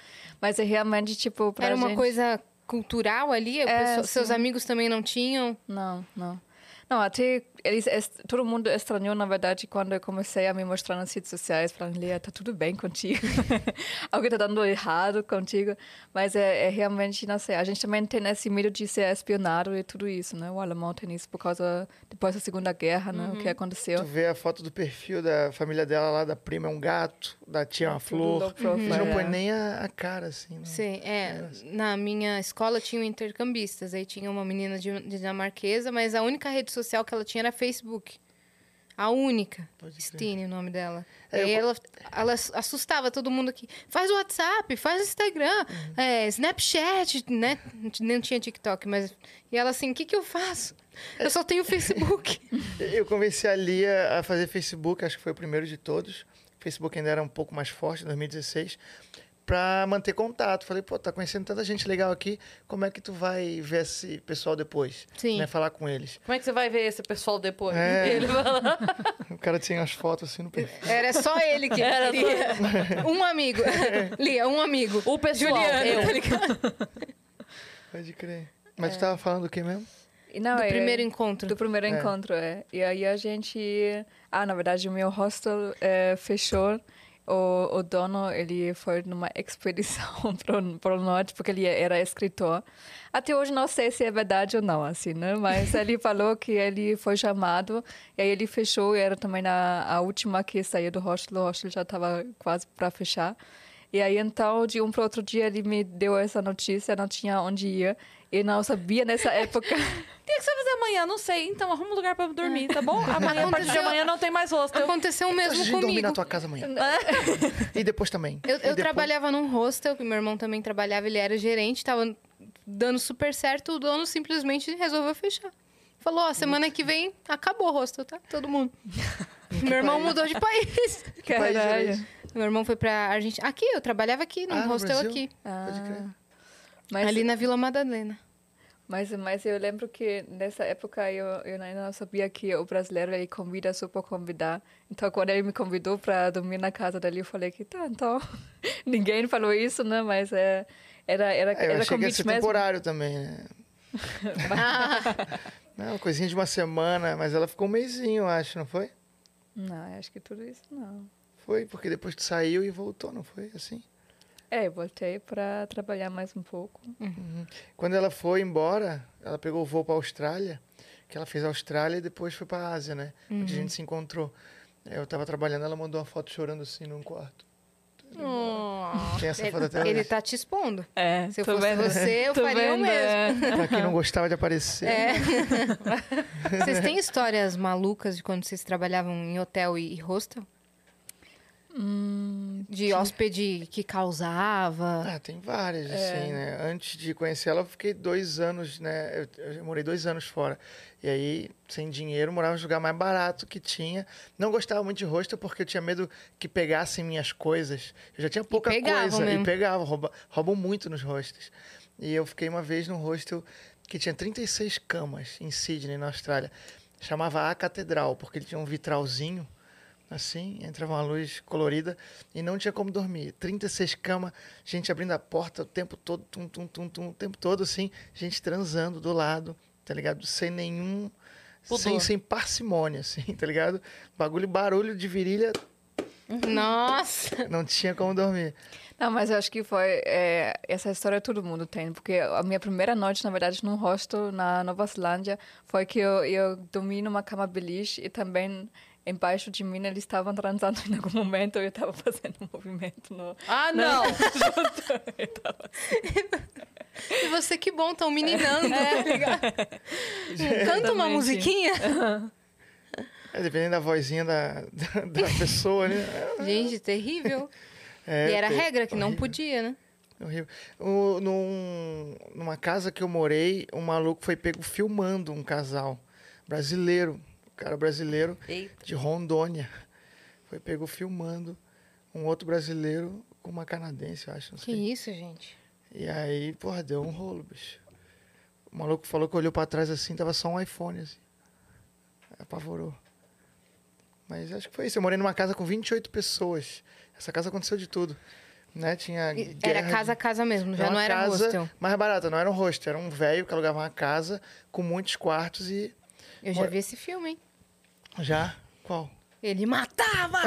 S4: Mas é realmente, tipo, pra
S2: Era uma
S4: gente-
S2: coisa cultural ali? O
S4: É,
S2: pessoal-
S4: sim.
S2: seus amigos também não tinham?
S4: Não, não. Não, até eles, es- todo mundo estranhou, na verdade, quando eu comecei a me mostrar nas redes sociais. Falando, Lia, tá tudo bem contigo? Algo tá dando errado contigo. Mas é, é realmente, não sei, a gente também tem esse medo de ser espionado e tudo isso, né? O alemão tem isso por causa, depois da Segunda Guerra, né?
S2: Uhum.
S4: O que
S3: Tu
S4: aconteceu.
S3: vê a foto do perfil da família dela lá, da prima é um gato, da tia é uma
S4: low
S3: flor.
S4: profile,
S3: Eles não
S4: é.
S3: põe nem a, a cara, assim. Né?
S2: um Sim, é. Na minha escola tinham intercambistas. Aí tinha uma menina di- dinamarquesa, mas a única rede social que ela tinha era Facebook. A única.
S3: Pode crer.
S2: Stine, o nome dela.
S3: É,
S2: e aí
S3: eu-
S2: ela, ela assustava todo mundo aqui. Faz o WhatsApp, faz o Instagram,
S3: Uhum.
S2: é, Snapchat, né? Não t- Não tinha TikTok, mas. E ela assim, o que, que eu faço? Eu só tenho Facebook.
S3: Eu convenci a Lia a fazer Facebook, acho que foi o primeiro de todos. O Facebook ainda era um pouco mais forte, em 2016, pra manter contato. Falei, pô, tá conhecendo tanta gente legal aqui, como é que tu vai ver esse pessoal depois?
S2: Sim.
S3: Né, falar com eles.
S1: Como é que você vai ver esse pessoal depois?
S3: É.
S1: Ele fala,
S3: O cara tinha as fotos assim no perfil.
S2: Era só ele que
S1: Era só
S2: queria. Um amigo. Lia, um amigo.
S1: o pessoal,
S2: Juliana,
S1: eu.
S2: tá ligado?
S3: Pode crer. Mas
S2: É.
S3: tu tava falando do que mesmo?
S4: E não,
S2: Do
S4: é-
S2: primeiro encontro.
S4: Do primeiro
S3: É.
S4: encontro, é. E aí a gente... Ah, na verdade, o meu hostel eh, fechou. O, o dono, ele foi numa expedição para o norte, porque ele era escritor. Até hoje não sei se é verdade ou não, assim, né? Mas ele falou que ele foi chamado, e aí ele fechou, e era também na, a última que saiu do hostel, o hostel já estava quase para fechar. E aí, então, de um para outro dia, ele me deu essa notícia, não tinha onde ir, e não sabia nessa época...
S1: O que que você vai fazer amanhã? Não sei. Então, arruma um lugar pra eu dormir, tá bom? Amanhã, a partir de
S2: É. Aconteceu-
S1: amanhã, não tem mais hostel.
S2: Aconteceu o
S3: a
S2: mesmo
S3: gente dormir
S2: comigo.
S3: na tua casa amanhã. e depois também.
S2: Eu,
S3: E
S2: eu
S3: depois-
S2: trabalhava num hostel, que meu irmão também trabalhava, ele era gerente, tava dando super certo, o dono simplesmente resolveu fechar. Falou, ó, semana que vem acabou o hostel, tá? Todo mundo. meu irmão
S3: né?
S2: mudou de país.
S3: Que país era
S4: Caralho.
S3: esse?
S2: Meu irmão foi pra Argentina. Aqui, eu trabalhava aqui, num
S3: Ah, no
S2: hostel
S3: Brasil?
S2: aqui.
S3: Pode crer.
S4: Ah. Mas,
S2: ali na Vila Madalena.
S4: mas, mas eu lembro que nessa época eu, eu ainda não sabia que o brasileiro ele convida só por convidar. Então quando ele me convidou para dormir na casa dele, eu falei que tá, então. Ninguém falou isso, né? Mas é, era, era,
S3: É, eu
S4: era
S3: achei que ia ser
S4: convite mesmo.
S3: temporário também, né? Não, uma coisinha de uma semana, mas ela ficou um mêsinho, eu acho, não foi?
S4: Não, acho que tudo isso não.
S3: Foi, porque depois tu saiu e voltou, não foi assim?
S4: É, eu voltei para trabalhar mais um pouco.
S3: Quando ela foi embora, ela pegou o voo pra Austrália, que ela fez a Austrália e depois foi pra Ásia, né?
S2: Uhum.
S3: Onde a gente se encontrou. Eu tava trabalhando, ela mandou uma foto chorando assim num quarto. Tem essa foto é até
S2: ele, ele
S3: hoje.
S2: tá te expondo.
S4: É,
S2: Se eu
S4: tô
S2: fosse
S4: vendo.
S2: você, eu
S4: Tô
S2: faria o
S4: vendo,
S2: mesmo.
S4: é.
S3: Pra quem não gostava de aparecer.
S2: É. vocês têm histórias malucas de quando vocês trabalhavam em hotel e, e hostel? de hóspede que causava.
S3: Ah, tem várias, assim, né? Antes de conhecer ela, eu fiquei dois anos, né? Eu, eu morei dois anos fora. E aí, sem dinheiro, morava no lugar mais barato que tinha. Não gostava muito de hostel porque eu tinha medo que pegassem minhas coisas. Eu já tinha pouca
S2: pegavam
S3: coisa.
S2: mesmo.
S3: E pegava, rouba, roubam muito nos hostels. E eu fiquei uma vez num hostel que tinha 36 camas em Sydney, na Austrália. Chamava A Catedral, porque ele tinha um vitralzinho assim, entrava uma luz colorida e não tinha como dormir. 36 camas, gente abrindo a porta o tempo todo, tum, tum, tum, tum, o tempo todo, assim, gente transando do lado, tá ligado? Sem nenhum.
S1: Pudor.
S3: Sem, sem parcimônia, assim, tá ligado? Bagulho, barulho de virilha,
S2: Uhum. Nossa!
S3: não tinha como dormir.
S4: Não, mas eu acho que foi. é, essa história todo mundo tem, porque a minha primeira noite, na verdade, num hostel na Nova Zelândia, foi que eu, eu dormi numa cama beliche e também embaixo de mim eles estavam transando em algum momento eu estava fazendo um movimento no.
S1: Ah, não!
S2: E você, que bom, tão meninando. né? Canta uma
S4: Exatamente.
S2: musiquinha.
S3: É, dependendo da vozinha da, da, da pessoa, né?
S2: Gente, terrível.
S3: É,
S2: e era
S3: tem-
S2: regra que não
S3: horrível.
S2: podia, né?
S3: Horrível. O- num- numa casa que eu morei, um maluco foi pego filmando um casal brasileiro. cara brasileiro
S1: Eita.
S3: de Rondônia. Foi pego filmando um outro brasileiro com uma canadense, eu acho, não
S2: Que
S3: sei.
S2: isso, gente?
S3: E aí, porra, deu um rolo, bicho. O maluco falou que olhou pra trás assim, tava só um iPhone, assim. Apavorou. Mas acho que foi isso. Eu morei numa casa com 28 pessoas. Essa casa aconteceu de tudo. Né? Tinha.
S2: E
S3: guerra
S2: Era
S3: de-
S2: casa a casa mesmo, já
S3: uma
S2: não era um
S3: casa
S2: hostel.
S3: Mais barata, não era um hostel. Era um velho que alugava uma casa com muitos quartos e.
S2: Eu já vi esse filme, hein?
S3: Já? Qual?
S2: Ele matava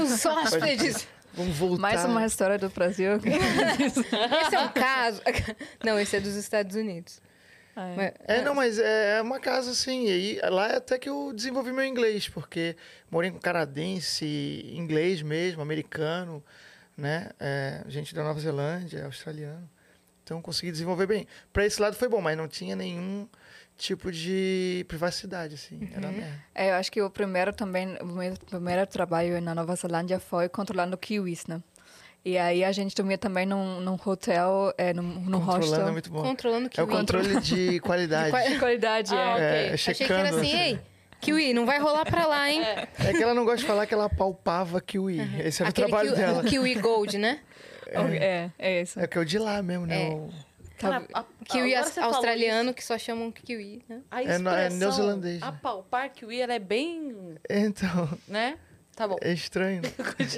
S2: os hóspedes.
S3: Vamos voltar.
S4: Mais uma história do Brasil.
S2: Esse é um caso. Não, esse é dos Estados Unidos.
S4: Ai.
S2: Mas-
S3: É, não, mas é é uma casa assim. E aí, lá é até que eu desenvolvi meu inglês, porque morei com canadense, inglês mesmo, americano, né? É, gente da Nova Zelândia, australiano. Então consegui desenvolver bem. Pra esse lado foi bom, mas não tinha nenhum tipo de privacidade, assim.
S2: Uhum.
S3: Era merda.
S4: É, eu acho que o primeiro também, o meu primeiro trabalho na Nova Zelândia foi controlando kiwis, né? E aí a gente dormia também num, num hotel, é, num, num
S3: Controlando é
S4: hostel.
S3: muito bom.
S2: Controlando
S3: É
S2: kiwi.
S3: o controle de qualidade.
S4: De qualidade,
S1: Ah,
S4: é.
S1: ok.
S3: É,
S2: Achei que era
S3: checando.
S2: assim, ei, kiwi, não vai rolar pra lá, hein?
S3: É que ela não gosta de falar que ela palpava kiwi. Esse era
S2: Aquele
S3: o trabalho
S2: kiwi,
S3: dela.
S2: o kiwi gold, né?
S4: É, é isso.
S3: É que é o de lá mesmo, né?
S2: É.
S3: O-
S1: Cara, a- a-
S2: Kiwi
S1: agora
S2: aus-
S1: você falou
S2: australiano, que só chamam kiwi, né?
S1: isso, A
S3: É no-
S1: expressão,
S3: é neozelandês, né?
S1: apalpar kiwi, ela é bem,
S3: Então,
S1: né? Tá bom.
S3: é estranho.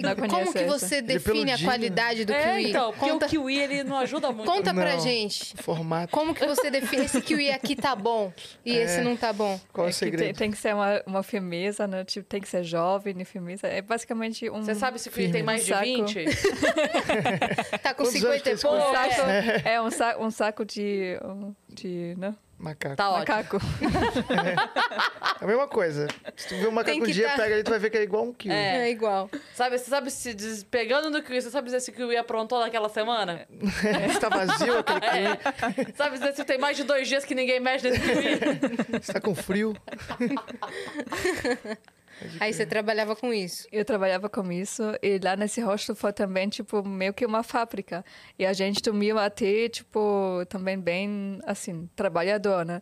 S4: Não
S2: Como
S4: conheço
S2: que
S4: essa.
S2: você
S3: é pelo né?
S2: define a
S3: dia,
S2: qualidade do
S1: é,
S2: kiwi?
S1: então, porque
S2: conta
S1: o kiwi, ele não ajuda muito.
S2: conta pra
S3: Não.
S2: gente.
S3: Formato.
S2: Como que você define esse kiwi aqui tá bom e
S3: É.
S2: esse não tá bom?
S3: Qual
S4: É
S3: o
S4: que tem-
S3: segredo?
S4: tem, que ser uma, uma firmeza, né? Tipo, tem que ser jovem e firmeza. É basicamente um.
S1: Você sabe se o kiwi
S3: Firme.
S1: tem mais de
S4: Saco.
S1: 20?
S2: Tá com
S3: Quantos anos
S2: 50
S3: que
S2: e
S3: eles
S4: um
S2: pouco?
S4: saco, é um saco, um saco de. um- de né?
S3: Macaco.
S1: Tá ótimo.
S4: Macaco.
S3: É a mesma coisa. Se tu vê um macaco um
S2: que
S3: dia,
S2: tá-
S3: pega ele, tu vai ver que é igual um kiwi.
S1: É.
S2: É igual.
S1: Sabe, você sabe se diz- pegando no kiwi, você sabe dizer se o kiwi aprontou naquela semana? É.
S3: se tá vazio, aquele kiwi.
S1: Sabe dizer se tem mais de dois dias que ninguém mexe nesse kiwi?
S3: Se tá com frio. É
S2: Aí você trabalhava com isso.
S4: Eu trabalhava com isso e lá nesse hostel foi também, tipo, meio que uma fábrica. E a gente dormia até, tipo, também bem, assim, trabalhador, né?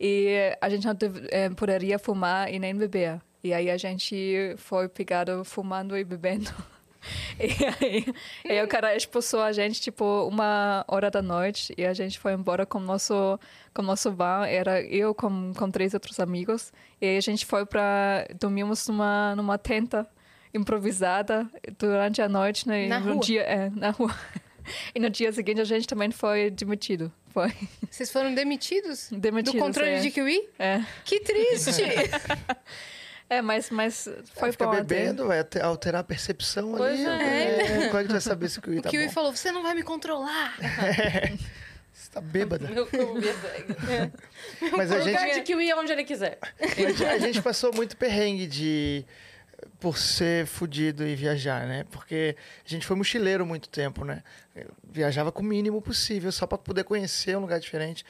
S4: E a gente não deve- eh, poderia fumar e nem beber. E aí a gente foi pegado fumando e bebendo. E aí, e aí o cara expulsou a gente, tipo, uma hora da noite. E a gente foi embora com o nosso, com o nosso van. Era eu com, com três outros amigos. E aí a gente foi pra... Dormimos numa, numa tenda improvisada durante a noite. Né? E
S2: Na
S4: no
S2: rua?
S4: Dia, é, na rua. E no dia seguinte a gente também foi demitido. Foi
S2: Vocês foram demitidos?
S4: demitido.
S2: Do controle de kiwi?
S4: É,
S2: Que triste!
S4: é mas, mas foi
S3: fica
S4: bom até.
S3: bebendo, vai até alterar a percepção
S1: Pois
S3: ali.
S1: é.
S3: É. Como é que tu vai saber se o kiwi
S2: o
S3: tá
S2: kiwi
S3: bom?
S2: falou, você não vai me controlar.
S3: Você tá bêbada.
S1: Meu kiwi é velho.
S3: Mas
S1: O
S3: a
S1: lugar
S3: gente...
S1: de kiwi é onde ele quiser.
S3: Mas é, a gente passou muito perrengue de por ser fudido e viajar, né? Porque a gente foi mochileiro muito tempo, né? Eu Viajava com o mínimo possível, só para poder conhecer um lugar diferente.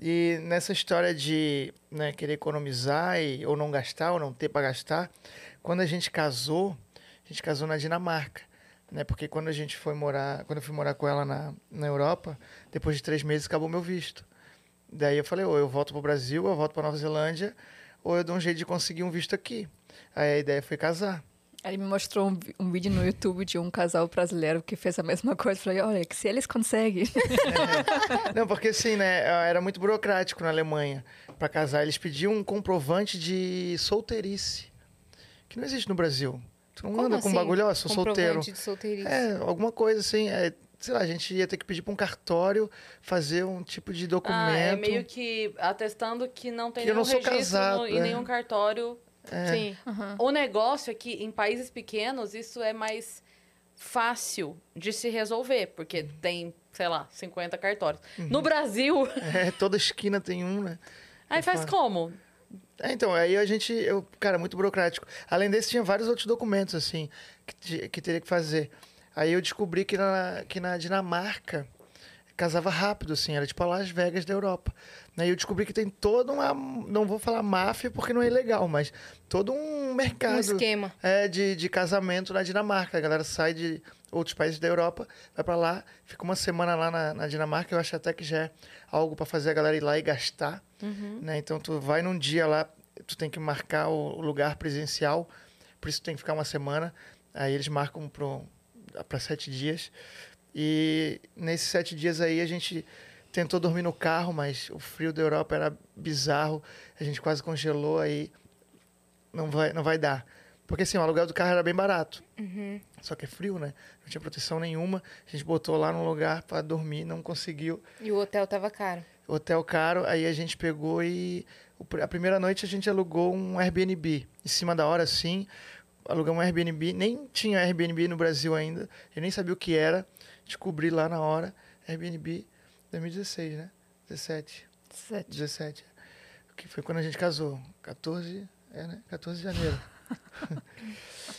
S3: E nessa história de né, querer economizar e, ou não gastar, ou não ter para gastar, quando a gente casou, a gente casou na Dinamarca, né? Porque quando a gente foi morar, quando eu fui morar com ela na, na Europa, depois de três meses acabou meu visto. Daí eu falei, ou eu volto pro Brasil, ou eu volto pra Nova Zelândia, ou eu dou um jeito de conseguir um visto aqui. Aí a ideia foi casar.
S4: Ele me mostrou um, vi- um vídeo no YouTube de um casal brasileiro que fez a mesma coisa. Eu Falei, olha, que se eles conseguem.
S3: Não, porque assim, né, era muito burocrático na Alemanha pra casar. Eles pediam um comprovante de solteirice, que não existe no Brasil. Tu não anda com um
S2: assim?
S3: bagulho, ó, sou solteiro.
S2: Comprovante de solteirice.
S3: É, alguma coisa assim, é, sei lá, a gente ia ter que pedir pra um cartório fazer um tipo de documento.
S1: Ah, é meio que atestando que não tem
S3: Que eu
S1: nenhum
S3: não sou
S1: registro
S3: casado,
S1: no- e
S3: é.
S1: nenhum cartório.
S2: Sim. um
S1: O negócio é que em países pequenos isso é mais fácil de se resolver, porque
S4: Uhum.
S1: tem, sei lá, 50 cartórios. No Brasil,
S3: É, toda esquina tem um, né?
S1: aí faz
S3: falo.
S1: como?
S3: É, então, aí a gente, eu, cara, muito burocrático. Além desse, tinha vários outros documentos, assim, que, ti- que teria que fazer. Aí eu descobri que na, que na Dinamarca casava rápido, assim, era tipo a Las Vegas da Europa. Né? E eu descobri que tem toda uma, não vou falar máfia porque não é legal, mas todo um mercado
S2: Um esquema.
S3: é, de, de casamento na Dinamarca. A galera sai de outros países da Europa, vai pra lá, fica uma semana lá na, na Dinamarca. Eu acho até que já é algo pra fazer a galera ir lá e gastar. Né? Então, tu vai num dia lá, tu tem que marcar o lugar presencial, por isso tu tem que ficar uma semana. Aí eles marcam para sete dias. E nesses sete dias aí a gente tentou dormir no carro, mas o frio da Europa era bizarro. A gente quase congelou aí. Não vai, não vai dar. Porque assim, o aluguel do carro era bem barato.
S2: Uhum.
S3: Só que é frio, né? Não tinha proteção nenhuma. A gente botou lá num lugar para dormir, não conseguiu.
S2: E o hotel tava caro.
S3: Hotel caro, aí a gente pegou e o pr- a primeira noite a gente alugou um Airbnb. Em cima da hora, sim, alugamos um Airbnb. Nem tinha Airbnb no Brasil ainda. Eu nem sabia o que era. Descobri lá na hora. Airbnb 2016, né? 17.
S4: 17.
S3: 17. Que foi quando a gente casou. 14, é, né? 14 de janeiro.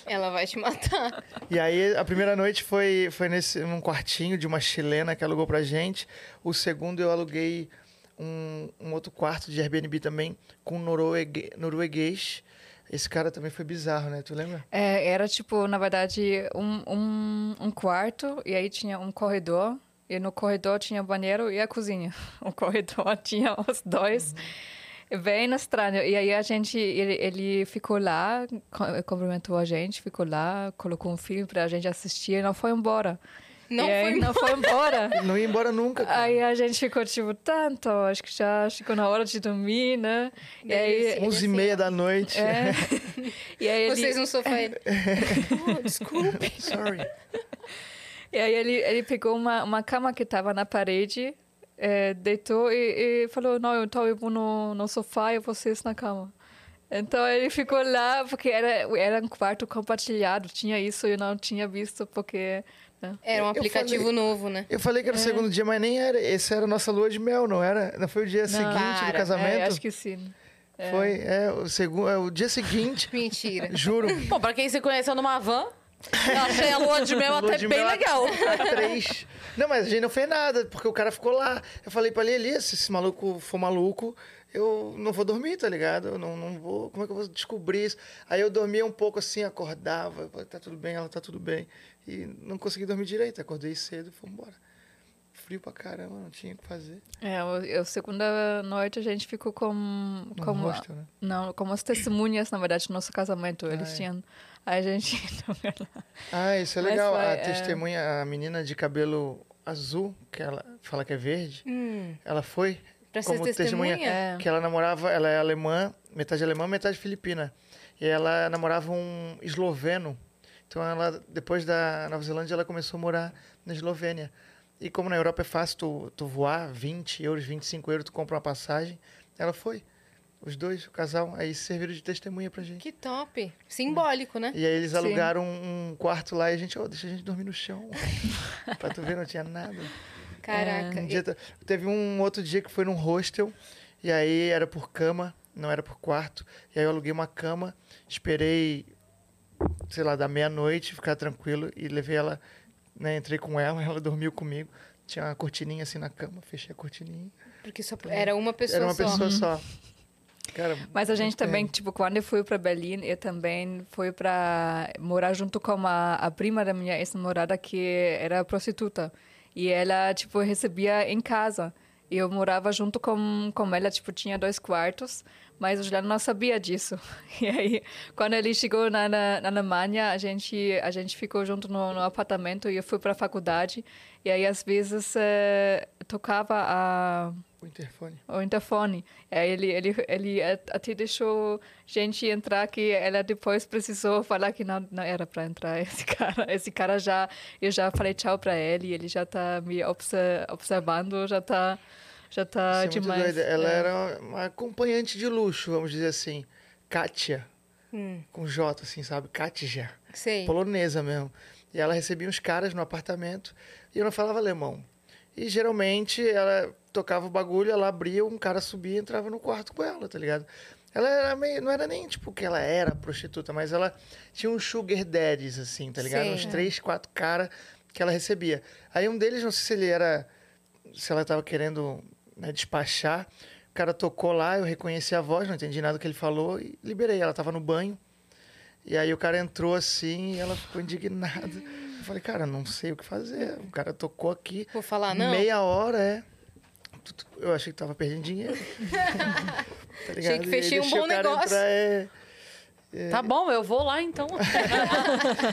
S2: Ela vai te matar.
S3: E aí, a primeira noite foi, foi nesse, num quartinho de uma chilena que alugou pra gente. O segundo, eu aluguei um, um outro quarto de Airbnb também, com noruegue, norueguês. Esse cara também foi bizarro, né? Tu lembra?
S4: É, era tipo, na verdade, um, um, um quarto e aí tinha um corredor. E no corredor tinha o banheiro e a cozinha. O corredor tinha os dois. Bem estranho. E aí a gente, ele, ele ficou lá, co- cumprimentou a gente, ficou lá, colocou um filme pra gente assistir e não foi embora.
S2: Não
S4: E aí
S2: foi
S4: não foi embora.
S3: Ele Não ia embora nunca. cara.
S4: Aí a gente ficou tipo, tanto, acho que já chegou na hora de dormir, né? E
S2: Daí
S4: aí.
S2: ele assim,
S3: 11 e meia da noite.
S4: É. E aí ele- É,
S2: Vocês não sofrem. ele. Oh, desculpe.
S3: Sorry.
S4: E aí ele, ele pegou uma, uma cama que estava na parede, eh, deitou e, e falou, não, então eu vou no, no sofá e vocês na cama. Então ele ficou lá, porque era, era um quarto compartilhado, tinha isso e eu não tinha visto, porque... né?
S2: Era um
S3: Eu
S2: aplicativo
S3: falei-
S2: novo, né?
S3: Eu falei que era o segundo dia, mas nem era. Esse era a nossa lua de mel, não era? Não foi o dia seguinte
S2: Para, é,
S3: do casamento?
S4: É, acho que sim.
S3: Foi, é, o, segundo, é, o dia seguinte,
S2: Mentira.
S3: juro.
S1: Bom, pra quem se conheceu numa van, eu achei a lua de mel
S4: tá
S3: Lua
S1: até
S3: de
S1: bem
S3: mel
S1: legal.
S3: a três. Não, mas a gente não fez nada, porque o cara ficou lá. Eu falei pra ele, Elias, se esse maluco for maluco, eu não vou dormir, tá ligado? Eu não, não vou. Como é que eu vou descobrir isso? Aí eu dormia um pouco assim, acordava, eu falei, tá tudo bem, ela tá tudo bem. E não consegui dormir direito. Acordei cedo e fui embora. Frio pra caramba, não tinha o que fazer.
S4: É, o- o- segunda noite a gente ficou com...
S3: No
S4: com
S3: hostel, né?
S4: Não, como as testemunhas, na verdade, do nosso casamento. Eles
S3: Ah, é.
S4: tinham... A gente... então, também lá.
S3: Ah, isso é
S4: Mas
S3: legal.
S4: foi,
S3: a
S4: é.
S3: testemunha, a menina de cabelo azul, que ela fala que é verde,
S2: Hum,
S3: ela foi
S2: Pra ser
S3: como
S2: testemunha?
S4: É.
S3: que ela namorava, ela é alemã, metade alemã, metade filipina. E ela namorava um esloveno. Então ela depois da Nova Zelândia ela começou a morar na Eslovênia. E como na Europa é fácil tu, tu voar, 20 euros, 25 euros, tu compra uma passagem, ela foi. Os dois, o casal, aí serviram de testemunha pra gente.
S2: Que top. Simbólico, né?
S3: E aí eles
S4: Sim.
S3: alugaram um quarto lá e a gente, ó, deixa a gente dormir no chão. pra tu ver, não tinha nada.
S2: Caraca.
S3: Um dia te- teve um outro dia que foi num hostel, e aí era por cama, não era por quarto. E aí eu aluguei uma cama, esperei, sei lá, da meia-noite, ficar tranquilo, e levei ela, né, entrei com ela, ela dormiu comigo. Tinha uma cortininha assim na cama, fechei a cortininha.
S2: Porque só era uma pessoa
S3: era uma
S2: só.
S3: pessoa só. Cara,
S4: Mas a gente
S3: muito
S4: também,
S3: bem.
S4: tipo, quando eu fui para Berlim, eu também fui para morar junto com a, a prima da minha ex-namorada, que era prostituta. E ela, tipo, recebia em casa. E eu morava junto com, com ela, tipo, tinha dois quartos, mas o Juliano não sabia disso. E aí, quando ele chegou na, na, na Alemanha, a gente, a gente ficou junto no, no apartamento e eu fui para a faculdade. E aí, às vezes, eh, tocava a
S3: O interfone.
S4: o interfone. É, ele, ele, ele até deixou gente entrar que ela depois precisou falar que não, não era para entrar esse cara. Esse cara já, eu já falei tchau para ele, ele já tá me obse- observando, já tá, já tá
S3: Isso é muito
S4: demais.
S3: doido. Ela
S4: É.
S3: era uma acompanhante de luxo, vamos dizer assim. Kátia,
S2: Hum,
S3: com J, assim, sabe? Kátia.
S2: sei.
S3: polonesa mesmo. E ela recebia uns caras no apartamento e eu não falava alemão. E geralmente ela tocava o bagulho, ela abria, um cara subia e entrava no quarto com ela, tá ligado? Ela era meio, não era nem tipo que ela era prostituta, mas ela tinha uns sugar daddies, assim, tá ligado?
S2: Sei. é.
S3: Uns três, quatro caras que ela recebia. Aí um deles, não sei se ele era. se ela tava querendo né, despachar. O cara tocou lá, eu reconheci a voz, não entendi nada do que ele falou e liberei. Ela tava no banho. E aí o cara entrou assim e ela ficou indignada. Eu falei, cara, não sei o que fazer. O cara tocou aqui.
S2: Vou falar, não.
S3: Meia hora, é. tu- tu- eu achei que tava perdendo dinheiro. tá ligado?
S2: Achei que
S3: E aí
S2: fechei um
S3: deixei
S2: bom
S3: o cara
S2: negócio.
S3: entrar, é.
S1: Tá bom, eu vou lá então.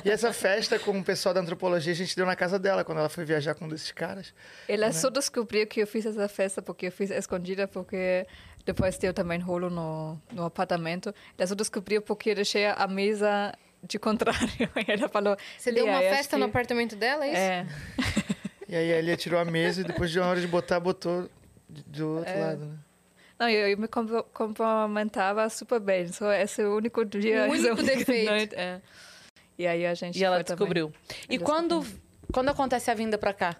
S3: E essa festa com o pessoal da antropologia a gente deu na casa dela quando ela foi viajar com um desses caras. né?
S4: Ela só descobriu que eu fiz essa festa porque eu fiz escondida, porque depois deu também rolo no, no apartamento. Ela só descobriu porque eu deixei a mesa de contrário. Ela falou.
S2: Você deu
S4: "Lia,
S2: uma
S4: eu acho
S2: festa
S4: que-"
S2: no apartamento dela, é isso?
S4: É.
S3: E aí a Elia tirou a mesa e depois de uma hora de botar, botou de- do
S2: É.
S3: outro lado, né?
S4: Não, eu, eu me compro- comprometava super bem. Só esse é o único dia.
S2: O único
S4: essa única
S2: defeito.
S4: noite, é. E aí a gente.
S1: E ela
S4: foi também.
S1: descobriu. E
S4: Ela
S1: quando, quando acontece a vinda pra cá?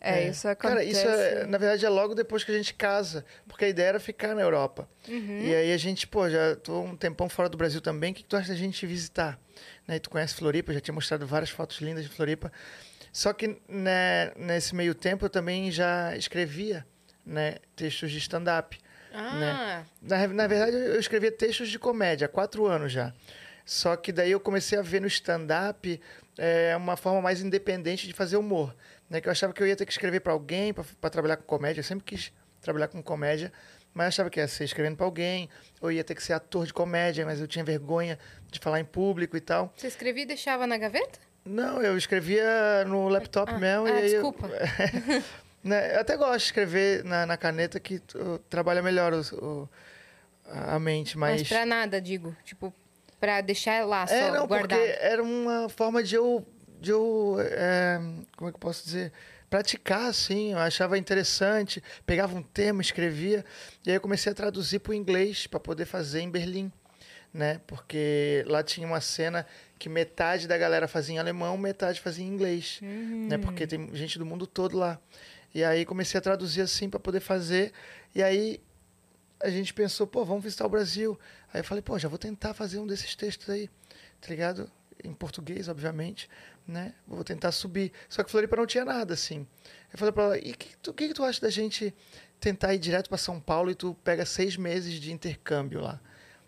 S4: É, isso acontece.
S3: Cara, isso é, na verdade é logo depois que a gente casa, porque a ideia era ficar na Europa.
S4: Uhum.
S3: E aí a gente, pô, já tô um tempão fora do Brasil também, o que, que tu acha da gente visitar? Né, e tu conhece Floripa, eu já tinha mostrado várias fotos lindas de Floripa. Só que né, nesse meio tempo eu também já escrevia né, textos de stand-up.
S2: Ah,
S3: Na, re- na verdade, eu escrevia textos de comédia há quatro anos já. Só que daí eu comecei a ver no stand-up é, uma forma mais independente de fazer humor. Né? Que eu achava que eu ia ter que escrever para alguém para trabalhar com comédia. Eu sempre quis trabalhar com comédia, mas eu achava que ia ser escrevendo para alguém, ou ia ter que ser ator de comédia, mas eu tinha vergonha de falar em público e tal.
S2: você escrevia e deixava na gaveta?
S3: Não, eu escrevia no laptop
S2: Ah,
S3: mesmo.
S2: ah,
S3: e aí eu-
S2: desculpa.
S3: Né, Eu até gosto de escrever na, na caneta que tu- trabalha melhor o- o- a a mente,
S2: Mas...
S3: mas.
S2: pra nada, digo. Tipo, pra deixar lá só
S3: É, não,
S2: guardado.
S3: porque era uma forma de eu. De eu é, como é que eu posso dizer? Praticar, assim. Eu achava interessante. Pegava um tema, escrevia. E aí eu comecei a traduzir para o inglês para poder fazer em Berlim. Né? Porque lá tinha uma cena que metade da galera fazia em alemão, metade fazia em inglês. Né? Porque tem gente do mundo todo lá. E aí comecei a traduzir assim para poder fazer. E aí a gente pensou, pô, vamos visitar o Brasil. Aí eu falei, pô, já vou tentar fazer um desses textos aí, tá ligado? Em português, obviamente, né? Vou tentar subir. Só que Floripa não tinha nada, assim. Eu falei pra ela, e o que, tu- que, que tu acha da gente tentar ir direto para São Paulo e tu pega seis meses de intercâmbio lá?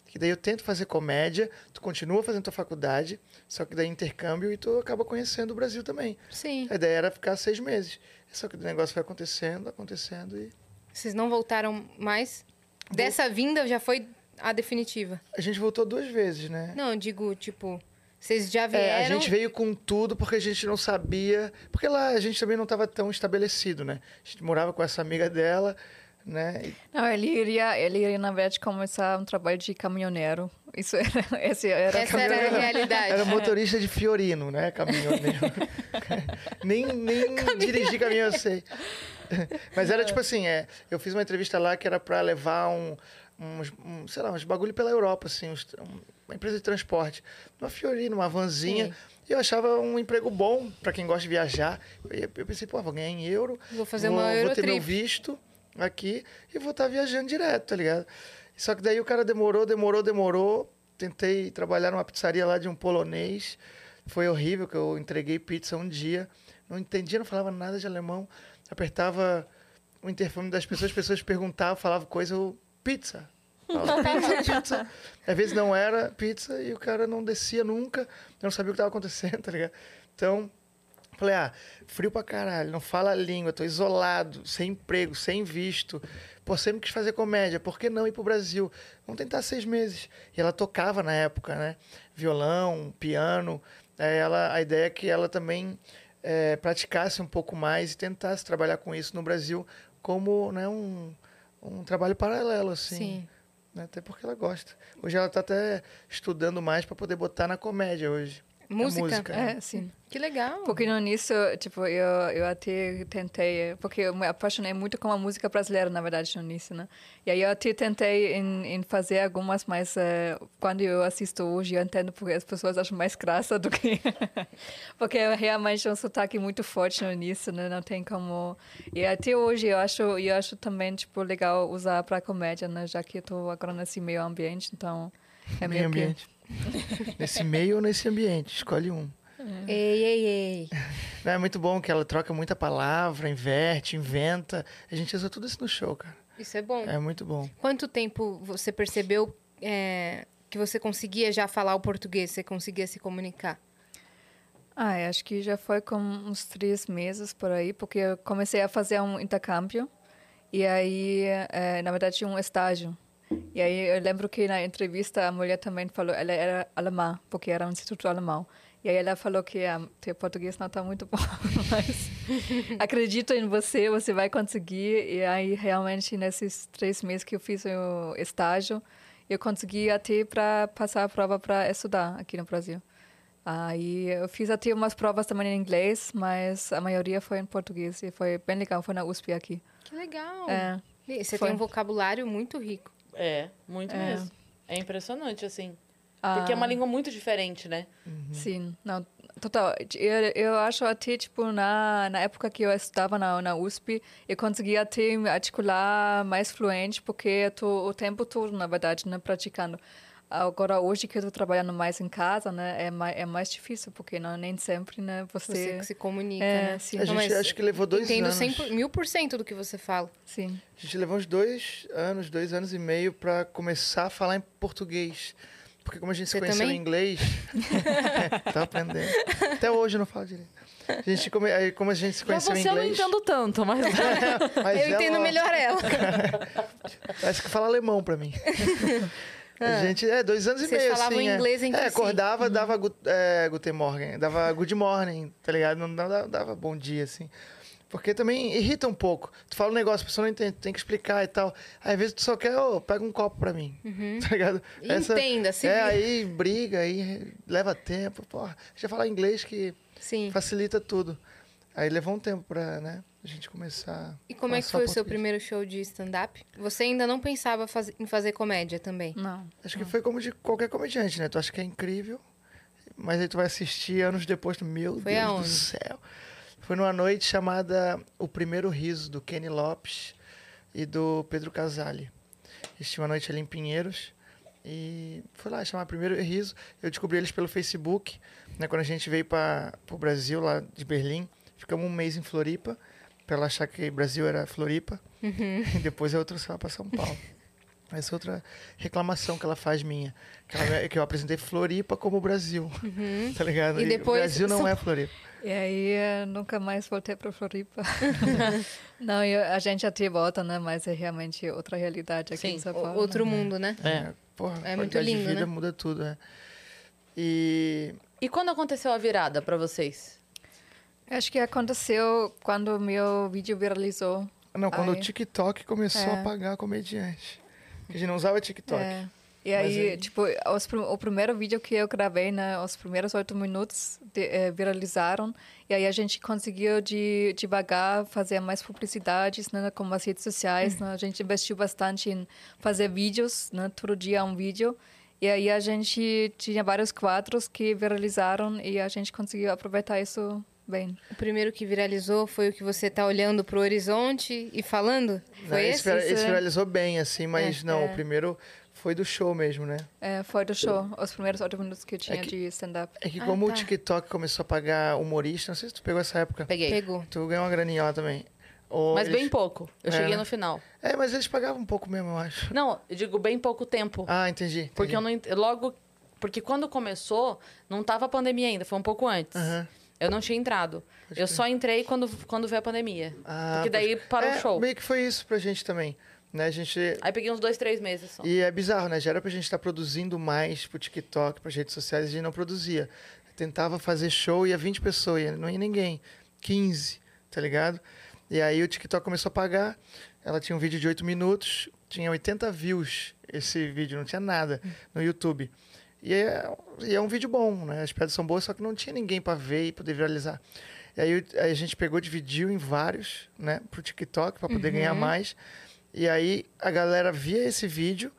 S3: Que daí eu tento fazer comédia, tu continua fazendo tua faculdade, só que daí intercâmbio e tu acaba conhecendo o Brasil também.
S2: Sim.
S3: A ideia era ficar seis meses. Só que o negócio foi acontecendo, acontecendo e
S2: Vocês não voltaram mais? Dessa vinda já foi a definitiva.
S3: a gente voltou duas vezes, né?
S2: Não, eu digo, tipo, vocês já vieram.
S3: É, a gente veio com tudo porque a gente não sabia. Porque lá a gente também não estava tão estabelecido, né? A gente morava com essa amiga dela, né? E-
S4: Não, ele iria, ele iria, na verdade, começar um trabalho de caminhoneiro. Isso era. Esse era
S2: Essa era a realidade.
S3: Era motorista de Fiorino, né? Caminhoneiro. nem nem dirigir caminhão eu sei. Mas era tipo assim, é, eu fiz uma entrevista lá que era para levar um, uns, um, sei lá, uns bagulho pela Europa, assim, uns- um- uma empresa de transporte. Uma Fiorino, uma vanzinha.
S2: Sim.
S3: E eu achava um emprego bom para quem gosta de viajar. Eu, eu pensei, pô, vou ganhar em euro.
S2: Vou fazer
S3: vou,
S2: uma
S3: Vou ter meu
S2: Eurotrip.
S3: visto aqui e vou estar viajando direto, tá ligado? Só que daí o cara demorou, demorou, demorou. Tentei trabalhar numa pizzaria lá de um polonês. Foi horrível que eu entreguei pizza um dia. Não entendia, não falava nada de alemão. Apertava o interfone das pessoas, as pessoas perguntavam, falavam coisa, eu, pizza. Falava, pizza, pizza. Às vezes não era pizza e o cara não descia nunca. Eu não sabia o que estava acontecendo, tá ligado? Então, Falei, ah, frio pra caralho, não fala a língua, tô isolado, sem emprego, sem visto. Pô, sempre quis fazer comédia, por que não ir pro Brasil? Vamos tentar seis meses. E ela tocava na época, né? Violão, piano. É, ela, a ideia é que ela também é, praticasse um pouco mais e tentasse trabalhar com isso no Brasil como né, um, um trabalho paralelo, assim.
S2: Sim.
S3: Né? Até porque ela gosta. Hoje ela tá até estudando mais pra poder botar na comédia hoje. A
S2: Música?
S3: né?
S4: É, sim.
S2: Que legal.
S4: Porque no início, tipo, eu, eu até tentei, porque eu me apaixonei muito com a música brasileira, na verdade, no início, né? E aí eu até tentei em, em fazer algumas, mas eh, quando eu assisto hoje, eu entendo porque as pessoas acham mais graça do que... porque é realmente um sotaque muito forte no início, né? Não tem como... E até hoje eu acho, eu acho também, tipo, legal usar para comédia, né? Já que eu tô agora nesse meio ambiente, então... É meio
S3: meio
S4: que-
S3: ambiente. nesse meio ou nesse ambiente, escolhe um.
S2: Ei, ei, ei.
S3: Não, é muito bom que ela troca muita palavra, inverte, inventa. A gente usa tudo isso no show, cara.
S2: Isso é bom.
S3: É muito bom.
S2: Quanto tempo você percebeu é, que você conseguia já falar o português, você conseguia se comunicar?
S4: Ah, acho que já foi com uns três meses por aí, porque eu comecei a fazer um intercâmbio e aí, eh, na verdade, um estágio. E aí eu lembro que na entrevista a mulher também falou, ela era alemã, porque era um instituto alemão. E aí ela falou que ah, teu português não está muito bom, mas acredito em você, você vai conseguir. E aí realmente nesses três meses que eu fiz o estágio, eu consegui até para passar a prova para estudar aqui no Brasil. Aí eu fiz até umas provas também em inglês, mas a maioria foi em português e foi bem legal, foi na USP aqui.
S2: Que legal.
S4: É.
S2: E Você
S4: Foi.
S2: tem um vocabulário muito rico.
S1: É, muito
S4: É.
S1: mesmo. É impressionante, assim.
S4: Ah.
S1: Porque é uma língua muito diferente, né?
S4: Sim, não, total. Eu, eu acho até, tipo, na, na época que eu estudava na, na USP, eu conseguia até me articular mais fluente, porque eu tô o tempo todo, na verdade, né, praticando. Agora, hoje que eu tô trabalhando mais em casa, né, é mais, é mais difícil, porque não, nem sempre, né,
S2: Você
S4: você...
S2: que se comunica,
S4: É,
S2: né?
S4: sim.
S3: A gente
S2: mas
S3: acho que levou dois
S2: entendo
S3: anos.
S2: 100 por- mil por cento do que você fala.
S4: Sim,
S3: A gente levou uns dois anos, dois anos e meio pra começar a falar em português. Porque como a gente se
S2: Você
S3: conheceu
S2: também?
S3: em inglês, tá aprendendo. Até hoje eu não falo direito. A gente come... aí, como a gente se
S1: Pra
S3: conheceu em
S1: você eu não
S3: inglês.
S1: entendo tanto, mas.
S3: mas
S2: eu
S3: ela-
S2: entendo melhor ela.
S3: Parece que fala alemão pra mim. A gente, é, dois anos e
S2: Vocês
S3: meio,
S2: falavam
S3: assim.
S2: inglês
S3: é.
S2: entre si.
S3: é, acordava, dava gut, é, Guten Morgen, dava Good Morning, tá ligado? Não dava, dava bom dia, assim. Porque também irrita um pouco. Tu fala um negócio, a pessoa não entende, tu tem que explicar e tal. Aí, às vezes tu só quer, ô, pega um copo pra mim, tá ligado?
S2: Entenda, Uhum. se
S3: É,
S2: vira.
S3: aí briga, aí leva tempo, porra. Já falar inglês que
S2: Sim.
S3: facilita tudo. Aí levou um tempo pra, né, a gente começar...
S2: E como é que
S3: só
S2: foi o seu
S3: português.
S2: primeiro show de stand-up? Você ainda não pensava faz- em fazer comédia
S3: Hum,
S2: também?
S4: não.
S3: Acho que foi como de qualquer comediante, né? Tu acha que é incrível, mas aí tu vai assistir anos depois, tu, meu
S2: Foi
S3: Deus
S2: aonde?
S3: do céu. Foi numa noite chamada O Primeiro Riso, do Kenny Lopes e do Pedro Casale. Eles tinham uma noite ali em Pinheiros. E foi lá chamar Primeiro Riso. Eu descobri eles pelo Facebook, né? Quando a gente veio para o Brasil, lá de Berlim. Ficamos um mês em Floripa, para ela achar que Brasil era Floripa.
S2: Uhum.
S3: E depois eu trouxe ela para São Paulo. Essa é outra reclamação que ela faz minha. Que, ela- que eu apresentei Floripa como Brasil. Tá ligado?
S2: Uhum. E depois-
S3: o Brasil não
S2: São
S3: é Floripa.
S4: E aí eh, nunca mais voltei para Floripa. não, eu, a gente até volta, né? Mas é realmente outra realidade aqui
S1: Sim,
S4: em São
S2: O-
S4: Paulo.
S2: outro mundo, né?
S1: É.
S3: Porra,
S2: É
S3: a
S2: muito
S3: qualidade de
S2: lindo,
S3: vida
S2: né?
S3: muda tudo, né? E
S1: E quando aconteceu a virada pra vocês?
S4: Acho que aconteceu quando meu vídeo viralizou.
S3: não, quando
S4: Aí-
S3: o TikTok começou
S4: É.
S3: a pagar comediante. A gente não usava TikTok.
S4: É. E
S3: Mas
S4: aí,
S3: aí-
S4: tipo, os prim- o primeiro vídeo que eu gravei, né? Os primeiros oito minutos de- eh, viralizaram. E aí a gente conseguiu de, devagar fazer mais publicidades, né? Com as redes sociais,
S3: Hum.
S4: né? A gente investiu bastante em fazer vídeos, né? Todo dia um vídeo. E aí a gente tinha vários quadros que viralizaram e a gente conseguiu aproveitar isso bem.
S2: O primeiro que viralizou foi o que você tá olhando pro horizonte e falando?
S3: Né?
S2: Foi
S3: esse,
S2: esse?
S3: vira-
S4: Isso
S3: esse
S4: é-
S3: viralizou bem, assim, mas não, o primeiro foi do show mesmo, né?
S4: É, foi do show, os primeiros oito minutos que eu tinha
S3: É que-
S4: de stand-up.
S3: É que
S2: Ah,
S3: como
S2: tá.
S3: o TikTok começou a pagar humorista, não sei se tu pegou essa época.
S1: Peguei.
S2: Pegou.
S3: Tu ganhou uma graninha lá também. Ou
S1: Mas
S3: eles-
S1: bem pouco. Eu
S3: É,
S1: cheguei
S3: né?
S1: no final.
S3: É, mas eles pagavam um pouco mesmo, eu acho.
S1: Não, eu digo bem pouco tempo.
S3: Ah, entendi. entendi.
S1: Porque eu não ent- logo porque quando começou, não tava a pandemia ainda, foi um pouco antes.
S3: Aham.
S1: Eu não tinha entrado. Eu só entrei quando quando veio a pandemia.
S3: Ah,
S1: porque daí
S3: pode-
S1: parou
S3: É,
S1: o show.
S3: Meio que foi isso pra gente também. Né? A gente.
S1: Aí peguei uns dois, três meses só.
S3: E é bizarro, né? Já era pra gente estar produzindo mais pro TikTok, pras redes sociais, a gente não produzia. Tentava fazer show, ia 20 pessoas, ia- não ia ninguém. 15, tá ligado? E aí o TikTok começou a pagar. Ela tinha um vídeo de 8 minutos, tinha 80 views esse vídeo, não tinha nada no YouTube. E é, e é um vídeo bom, né? As piadas são boas, só que não tinha ninguém pra ver e poder viralizar. E aí, o- aí a gente pegou, dividiu em vários, né, pro TikTok, pra poder ganhar mais. E aí a galera via esse vídeo,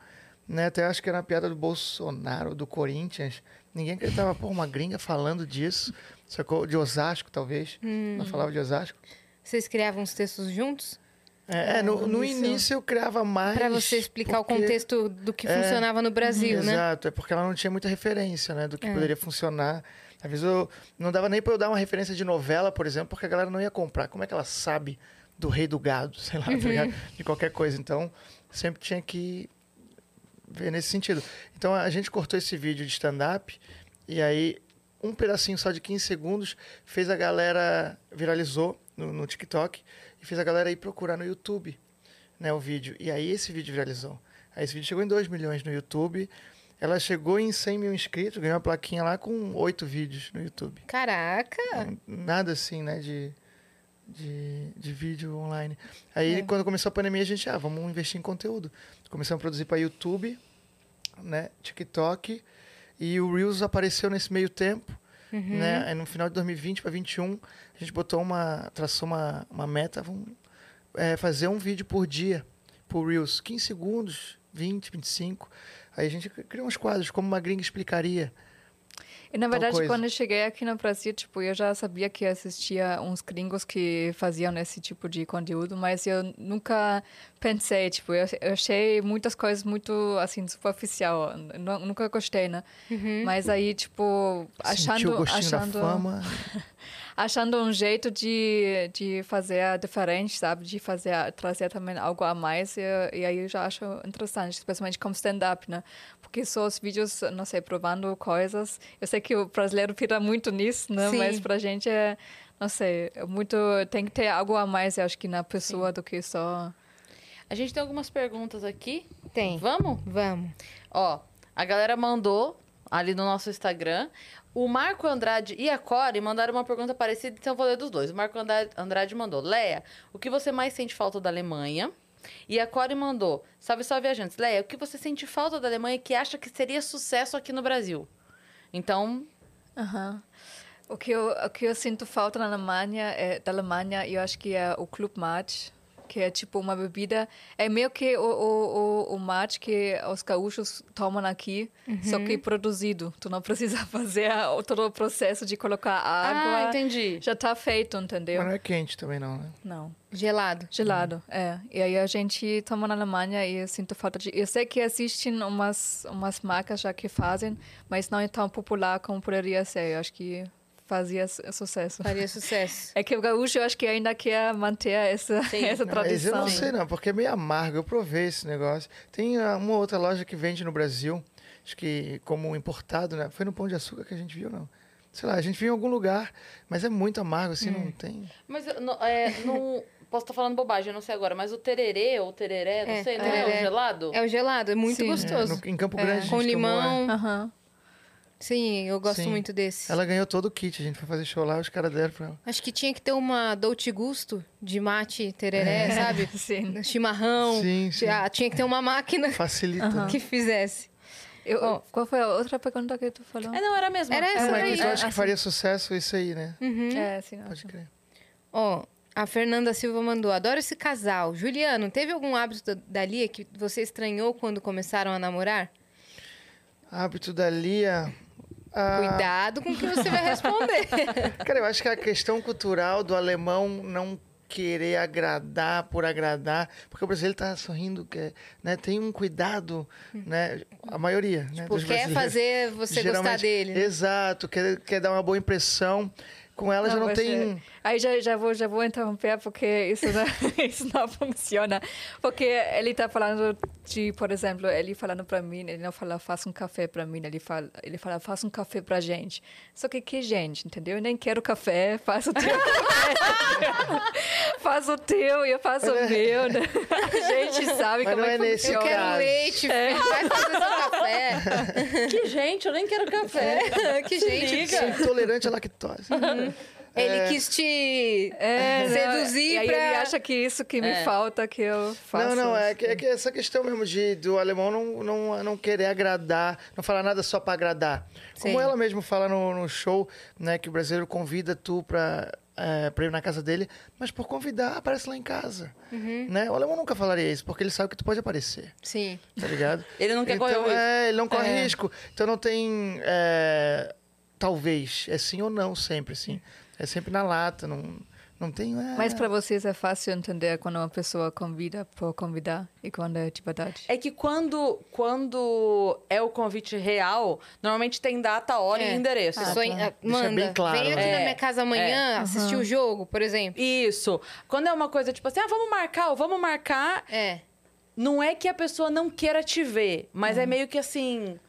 S3: né? Até acho que era uma piada do Bolsonaro, do Corinthians. Ninguém acreditava, pô, uma gringa falando disso. Sacou? De Osasco, talvez.
S2: Hum.
S3: Ela falava de Osasco.
S2: Vocês criavam os textos juntos?
S3: É, é, no, no início eu criava mais.
S2: Pra você explicar
S3: porque-
S2: o contexto do que
S3: É.
S2: funcionava no Brasil, né? É.
S3: Exato, é porque ela não tinha muita referência, né? Do que poderia funcionar. Às vezes eu não dava nem pra eu dar uma referência de novela, por exemplo, porque a galera não ia comprar. Como é que ela sabe do rei do gado, sei lá, tá
S2: Uhum.
S3: ligado? de qualquer coisa? Então, sempre tinha que ver nesse sentido. Então a gente cortou esse vídeo de stand-up e aí um pedacinho só de 15 segundos fez a galera. viralizou no, no TikTok e fez a galera ir procurar no YouTube né, o vídeo. E aí esse vídeo viralizou. Aí esse vídeo chegou em 2 milhões no YouTube. Ela chegou em 100 mil inscritos, ganhou uma plaquinha lá com oito vídeos no YouTube.
S4: É.
S2: Caraca!
S3: Nada assim, né, de, de, de vídeo online.
S4: É.
S3: Aí, quando começou a pandemia, a gente, ah, vamos investir em conteúdo. Começamos a produzir para YouTube, né, TikTok, e o Reels apareceu nesse meio tempo,
S4: Uhum.
S3: né? Aí, no final de 2020 para 2021, a gente botou uma, traçou uma, uma meta, vamos é, fazer um vídeo por dia, por Reels, 15 segundos, 20, 25. Aí a gente criou uns quadros, como uma gringa explicaria.
S4: E na verdade,
S3: coisa.
S4: quando eu cheguei aqui no Brasil, tipo, eu já sabia que existia uns gringos que faziam esse tipo de conteúdo, mas eu nunca pensei, tipo, eu, eu achei muitas coisas muito, assim, superficial. Eu nu- Nunca gostei, né? Mas aí, tipo,
S3: Uhum. Sentiu o
S4: achando...
S3: gostinho
S4: achando
S3: da fama.
S4: achando um jeito de, de fazer diferente, sabe? De fazer, trazer também algo a mais. E, e aí eu já acho interessante, especialmente como stand-up, né? Porque só os vídeos, não sei, provando coisas. Eu sei que o brasileiro pira muito nisso, né?
S2: Sim.
S4: Mas pra gente é, não sei, é muito. Tem que ter algo a mais, eu acho que na pessoa do que só.
S1: A gente tem algumas perguntas aqui.
S2: Tem.
S1: Vamos?
S2: Vamos.
S1: Ó, a galera mandou ali no nosso Instagram. O Marco Andrade e a Core mandaram uma pergunta parecida, então eu vou ler dos dois. O Marco Andra- Andrade mandou: Leia, o que você mais sente falta da Alemanha? E a Core mandou: Salve, salve, viajantes. Leia, o que você sente falta da Alemanha que acha que seria sucesso aqui no Brasil? Então,
S4: Aham. O que eu, o que eu sinto falta na Alemanha, é, da Alemanha, eu acho que é o Club Mate, que é tipo uma bebida, é meio que o, o, o, o mate que os gaúchos tomam aqui, só
S1: Uhum.
S4: que produzido. Tu não precisa fazer o- todo o processo de colocar
S1: ah,
S4: água.
S1: entendi.
S4: Já tá feito, entendeu?
S3: Mas não é quente também, não, né?
S4: Não.
S2: Gelado.
S3: Uhum.
S4: Gelado, é. E aí a gente toma na Alemanha e eu sinto falta de... Eu sei que existem umas, umas marcas já que fazem, mas não é tão popular como poderia ser. Eu acho que fazia su- sucesso.
S2: Faria sucesso.
S4: É que o gaúcho, eu acho que ainda quer manter essa, essa
S3: Não, mas eu
S4: tradição.
S3: não sei, não, porque é meio amargo. Eu provei esse negócio. Tem ah, uma outra loja que vende no Brasil, acho que como importado, né? Foi no Pão de Açúcar que a gente viu, não. Sei lá, a gente viu em algum lugar, mas é muito amargo, assim, não tem.
S1: Mas eu não- é, não- posso estar falando bobagem, eu não sei agora, mas o tererê ou tereré, não
S2: É,
S1: sei, não é
S2: tereré.
S1: o gelado?
S2: É o gelado, é muito
S3: É,
S4: Sim.
S2: gostoso.
S3: no- em Campo Grande, a gente
S2: Com
S3: tomou,
S2: limão.
S3: é.
S4: Aham.
S2: Sim, eu gosto
S3: Sim.
S2: muito desse.
S3: Ela ganhou todo o kit, a gente foi fazer show lá, os caras deram pra ela.
S2: Acho que tinha que ter uma Dolce Gusto de mate,
S4: É.
S2: tereré, sabe?
S4: Sim.
S2: Chimarrão.
S3: Sim, sim.
S2: Ah, tinha que ter uma máquina
S3: Facilita.
S4: Ah.
S2: que fizesse.
S4: Eu, qual foi a outra pergunta que tu falou?
S1: É, não, era mesmo.
S2: Era
S3: Não,
S2: essa
S3: mas
S2: daí.
S3: que eu acho que
S4: assim.
S3: faria sucesso isso aí, né?
S4: É, sim. não.
S3: Pode crer.
S2: Uhum. Ó, a Fernanda Silva mandou. Adoro esse casal. Juliano, teve algum hábito da- da Lia que você estranhou quando começaram a namorar?
S3: Hábito da Lia. Ah,
S2: Cuidado com o que você vai responder.
S3: Cara, eu acho que a questão cultural do alemão não querer agradar por agradar, porque o brasileiro tá sorrindo, que, né? Tem um cuidado, né? A maioria, né?
S2: Tipo,
S3: dos
S2: quer
S3: brasileiros.
S2: fazer você gostar
S3: Geralmente-
S2: dele. né?
S3: Exato, quer, quer dar uma boa impressão. Com ela já não
S4: vai
S2: é,
S3: tem. um,
S4: ser- é, Aí já, já, vou, já vou interromper, porque isso não, isso não funciona. Porque ele está falando de, por exemplo, ele falando para mim, ele não fala, faça um café para mim, ele fala, ele fala, faça um café para gente. Só que que gente, entendeu? Eu nem quero café, faça o teu café. faça o teu e eu faço o meu. né? A gente sabe
S3: é Mas
S4: como
S3: não
S4: é
S3: é
S4: que
S3: nesse
S2: Eu
S4: funciona.
S2: quero
S3: Caso. É,
S2: leite, filho. vai fazer seu café.
S1: Que gente, eu nem quero café.
S4: É.
S2: que
S1: Se
S2: gente.
S1: liga.
S3: Sou intolerante à lactose.
S2: Ele quis te
S4: É,
S2: seduzir
S4: não, e aí
S2: pra... É.
S4: ele acha que isso que me falta, que eu faço.
S3: Não, não, é que,
S1: né?
S3: é que essa questão mesmo de, do alemão não, não, não querer agradar, não falar nada só pra agradar. Como
S2: Sim.
S3: ela mesmo fala no, no show, né, que o brasileiro convida tu pra, é, pra ir na casa dele, mas por convidar, aparece lá em casa.
S1: Uhum.
S3: Né? O alemão nunca falaria isso, porque ele sabe que tu pode aparecer,
S2: Sim.
S3: tá ligado?
S1: Ele não quer
S3: então,
S1: correr o risco.
S3: É, ele não corre risco. Então não tem. é, talvez, é sim ou não, sempre, assim. É sempre na lata, não, não tem. é,
S4: Mas para vocês é fácil entender quando uma pessoa convida por convidar e quando é de verdade.
S1: É que quando, quando é o convite real, normalmente tem data, hora
S2: É.
S1: e endereço.
S2: Só em- ah,
S3: Deixa
S2: manda,
S3: bem claro,
S2: vem aqui
S1: né?
S2: na
S1: É,
S2: minha casa amanhã assistir o jogo, por exemplo.
S1: Isso. Quando é uma coisa tipo assim, ah, vamos marcar, ou vamos marcar,
S2: É, Uhum.
S1: não é que a pessoa não queira te ver, mas é meio que assim.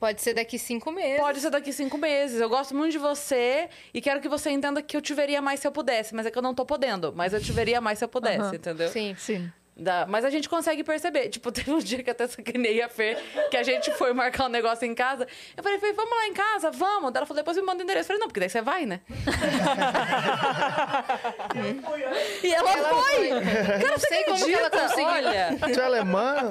S2: Pode ser daqui cinco meses.
S1: Pode ser daqui cinco meses. Eu gosto muito de você e quero que você entenda que eu te veria mais se eu pudesse. Mas é que eu não tô podendo. Mas eu te veria mais se eu pudesse,
S4: Aham.
S1: entendeu?
S2: Sim.
S4: Sim.
S1: Dá- Mas a gente consegue perceber. Tipo, teve um dia que até sacanei a Fer, que a gente foi marcar um negócio em casa. Eu falei, Fê, vamos lá em casa, vamos. Daí Ela falou, depois me manda o endereço. Eu falei, não, porque daí você vai, né? e ela, foi! Cara,
S2: Não
S1: você
S2: sei como que
S1: acredita?
S2: ela conseguiu.
S1: Olha!
S3: Tu é alemã?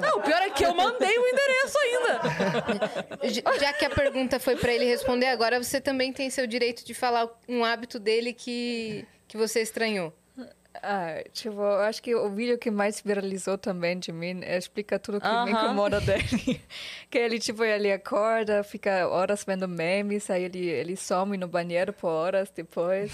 S1: Não, o pior é que eu mandei o endereço ainda.
S2: J- Já que a pergunta foi pra ele responder agora, você também tem seu direito de falar um hábito dele que, que você estranhou.
S4: Ah, tipo, eu acho que o vídeo que mais viralizou também de mim é explica tudo que me
S1: Aham.
S4: incomoda dele. que ele, tipo, ele acorda, fica horas vendo memes, aí ele, ele some no banheiro por horas depois.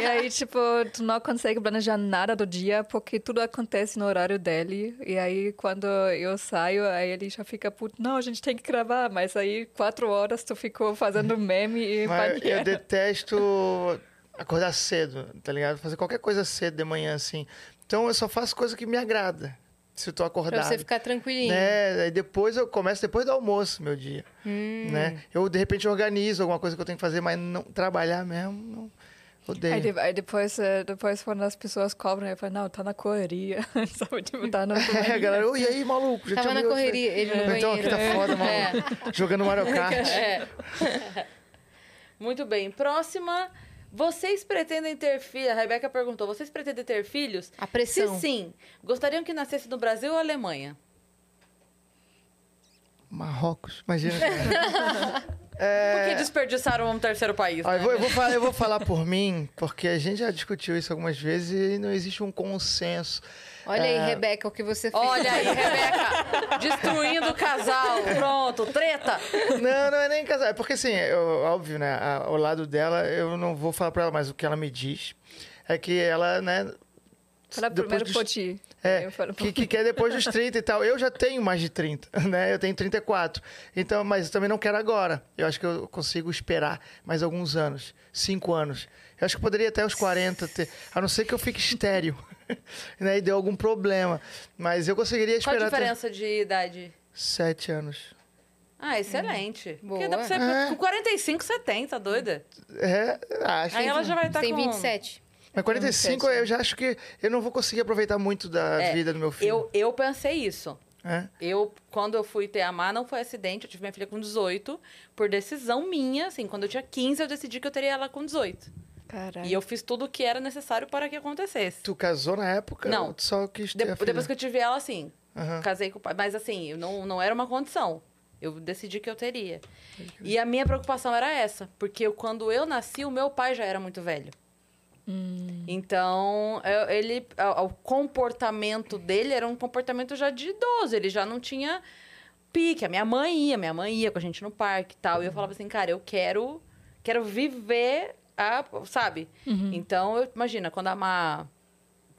S4: e aí, tipo, tu não consegue planejar nada do dia porque tudo acontece no horário dele. E aí, quando eu saio, aí ele já fica puto, não, a gente tem que gravar. Mas aí, quatro horas tu ficou fazendo meme e
S3: Mas eu
S4: banheiro.
S3: detesto acordar cedo, tá ligado? Fazer qualquer coisa cedo de manhã, assim. Então eu só faço coisa que me agrada. Se eu tô
S2: Pra
S3: acordado.
S2: você ficar tranquilinho.
S3: né? Aí depois eu começo depois do almoço, meu dia.
S2: Hum.
S3: Né? Eu, de repente, organizo alguma coisa que eu tenho que fazer, mas não trabalhar mesmo, não. Odeio.
S4: Aí, de- aí depois, eh, depois quando as pessoas cobram, eu falo, não, tá na correria, sabe? Tipo, tá na
S3: É, a galera, "Ô, e aí, maluco? Já
S2: Tava
S3: te
S2: na
S3: ouviu?"
S2: correria, ele no
S3: Então aqui
S2: banheiro. É.
S3: tá foda, maluco. Jogando Mario Kart.
S1: É. Muito bem. Próxima. Vocês pretendem ter filhos? A Rebeca perguntou: vocês pretendem ter filhos?
S2: A
S1: Se
S2: pressão.
S1: sim, gostariam que nascesse no Brasil ou Alemanha?
S3: Marrocos, imagina.
S1: Por que desperdiçaram um terceiro país?
S3: Ó,
S1: né?
S3: eu, É. vou, eu vou falar, eu vou falar por mim, porque a gente já discutiu isso algumas vezes e não existe um consenso.
S2: Olha aí,
S3: É.
S2: Rebeca, o que você fez.
S1: Olha aí, Rebeca, destruindo o casal. Pronto, treta.
S3: Não, não é nem casar. É porque, assim, eu- óbvio, né? a- ao lado dela, eu não vou falar pra ela, mas o que ela me diz é que ela, né?
S4: Fala
S3: depois
S4: primeiro
S3: dos-
S4: por ti. Aí
S3: É,
S4: eu falo,
S3: que, que quer depois dos 30 e tal. Eu já tenho mais de 30, né? Eu tenho 34. Então, mas eu também não quero agora. Eu acho que eu consigo esperar mais alguns anos. Cinco anos. Eu acho que eu poderia até os 40 ter. A não ser que eu fique estéreo, né? E deu algum problema. Mas eu conseguiria
S1: Qual a
S3: esperar até
S1: diferença de idade?
S3: sete anos.
S1: Ah, excelente. Porque dá pra você.
S3: É.
S1: Com 45, você tem, tá doida?
S3: É, acho.
S1: Aí ela já vai estar
S2: Você tem
S1: Tá com.
S2: 27.
S3: Mas 45 eu já acho que eu não vou conseguir aproveitar muito da
S1: É,
S3: vida do meu filho.
S1: Eu, eu pensei isso.
S3: né?
S1: Eu, quando eu fui ter a Má, não foi acidente. Eu tive minha filha com 18, por decisão minha. Assim, quando eu tinha 15, eu decidi que eu teria ela com 18.
S3: É.
S4: Caraca.
S1: E eu fiz tudo o que era necessário para que acontecesse.
S3: Tu casou na época?
S1: Não.
S3: Ou tu Só quis ter
S1: De-
S3: a filha?
S1: depois que eu tive ela, assim,
S3: Aham.
S1: casei com o pai. Mas assim, eu não, não era uma condição. Eu decidi que eu teria. E a minha preocupação era essa. Porque eu- quando eu nasci, o meu pai já era muito velho. Então, eu- ele, a- o comportamento dele era um comportamento já de idoso. Ele já não tinha pique. A minha mãe ia, minha mãe ia com a gente no parque e tal. E eu falava assim, cara, eu quero, quero viver, a, sabe? Então, eu- imagina, quando a Má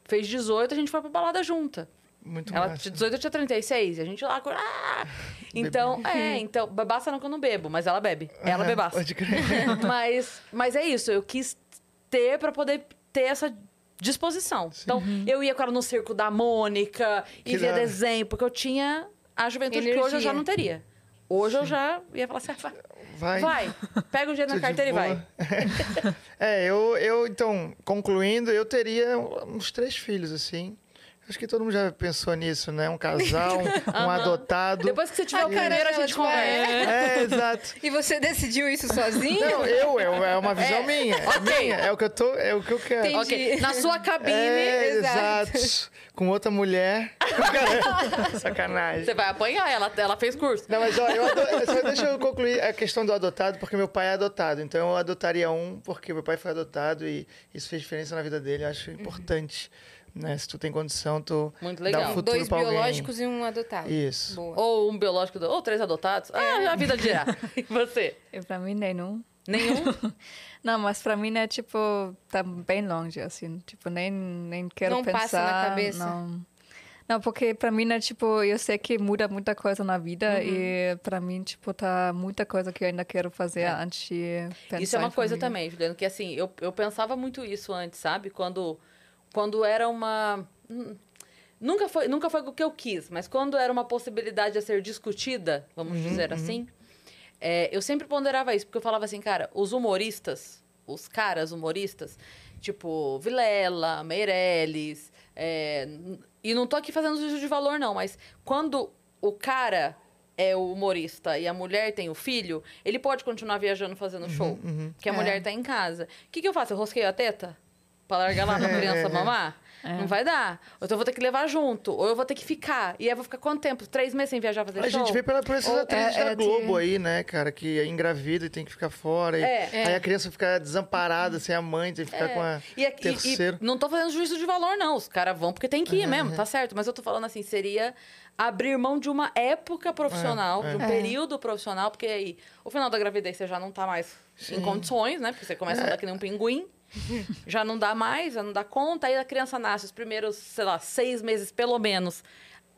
S1: fez 18, a gente foi pra balada junta.
S3: Muito
S1: Ela
S3: massa.
S1: tinha 18, eu tinha 36. E a gente lá... acor- Ah! Então, é, então... Bebaça não que eu não bebo, mas ela bebe. Ela
S3: Aham,
S1: bebaça.
S3: Pode crer.
S1: mas, mas é isso, eu quis ter pra poder ter essa disposição. Então, eu ia com ela no circo da Mônica, e
S3: Que
S1: via
S3: da hora.
S1: desenho, porque eu tinha a juventude que hoje eu já
S2: Energia.
S1: não teria. Hoje eu já ia falar assim, "Ah,
S3: Vai.
S1: vai, pega o dinheiro na
S3: Tô de
S1: carteira e
S3: boa.
S1: vai.
S3: é, eu, eu, então, concluindo, eu teria uns três filhos, assim. Acho que todo mundo já pensou nisso, né? Um casal, um, adotado.
S1: Depois que você tiver o
S2: cara
S1: primeiro, a
S2: dela
S1: gente
S2: de
S1: conversa.
S2: vai.
S3: É, exato.
S2: E você decidiu isso sozinho?
S3: Não, eu, eu, é uma visão
S1: É.
S3: minha. é
S1: Ok.
S3: minha, É o que eu tô, é o que eu quero.
S2: Entendi.
S1: Ok, na sua cabine,
S3: É,
S2: exato.
S3: exato. Com outra mulher. Sacanagem.
S1: você vai apanhar, ela, ela fez curso.
S3: Não, mas ó, eu ado- só deixa eu concluir a questão do adotado, porque meu pai é adotado. Então eu adotaria um, porque meu pai foi adotado e isso fez diferença na vida dele. Eu
S1: Uhum.
S3: acho importante, né? Se tu tem condição, tu
S1: Muito
S3: dá
S1: legal.
S3: um futuro
S2: Dois
S3: pra alguém.
S2: biológicos e um adotado.
S3: Isso.
S2: Boa.
S1: Ou um biológico, do- ou três adotados.
S4: É.
S1: Ah, a vida dirá. e você?
S4: E pra mim, nenhum.
S1: Nenhum?
S4: Não, mas pra mim é tipo, tá bem longe, assim. Tipo, nem, nem quero
S2: Não
S4: pensar.
S2: passa na cabeça.
S4: Não. Não, porque pra mim é tipo, eu sei que muda muita coisa na vida e pra mim, tipo, tá muita coisa que eu ainda quero fazer antes de pensar.
S1: Isso é uma
S4: em
S1: coisa
S4: família.
S1: também, Juliano, que assim, eu, eu pensava muito isso antes, sabe? Quando, quando era uma. hum, Nunca foi,
S4: Uhum,
S1: nunca foi o que eu quis, mas quando era uma possibilidade a ser discutida, vamos dizer assim, É, eu sempre ponderava isso, porque eu falava assim, cara, os humoristas, os caras humoristas, tipo Vilela, Meirelles, é, n- e não tô aqui fazendo juízo de valor, não, mas quando o cara é o humorista e a mulher tem o filho, ele pode continuar viajando fazendo
S3: Uhum,
S1: show, porque a
S2: É.
S1: mulher tá em casa. O que, que eu faço? Eu rosqueio a teta? Pra largar lá
S3: É.
S1: pra criança mamar? Não vai dar. Ou Então eu vou ter que levar junto. Ou eu vou ter que ficar. E aí eu vou ficar quanto tempo? Três meses sem viajar fazer
S3: A
S1: show?
S3: gente vê pela, por essas
S4: Ou-
S3: atrizes
S4: é-
S3: da
S4: é de-
S3: Globo aí, né, cara? Que é engravida e tem que ficar fora. e-
S1: É.
S3: Aí a criança fica desamparada, sem a mãe, tem que ficar
S1: É.
S3: com a
S1: E, aqui- e-
S3: terceiro.
S1: e não tô fazendo juízo de valor, não. Os caras vão porque tem que
S2: Uhum,
S1: ir mesmo, tá certo. Mas eu tô falando assim, seria abrir mão de uma época profissional, de um
S2: É.
S1: período profissional, porque aí o final da gravidez você já não tá mais em condições, né? Porque você começa a
S2: É.
S1: andar que nem um pinguim. já não dá mais, já não dá conta. Aí a criança nasce os primeiros, sei lá, seis meses, pelo menos,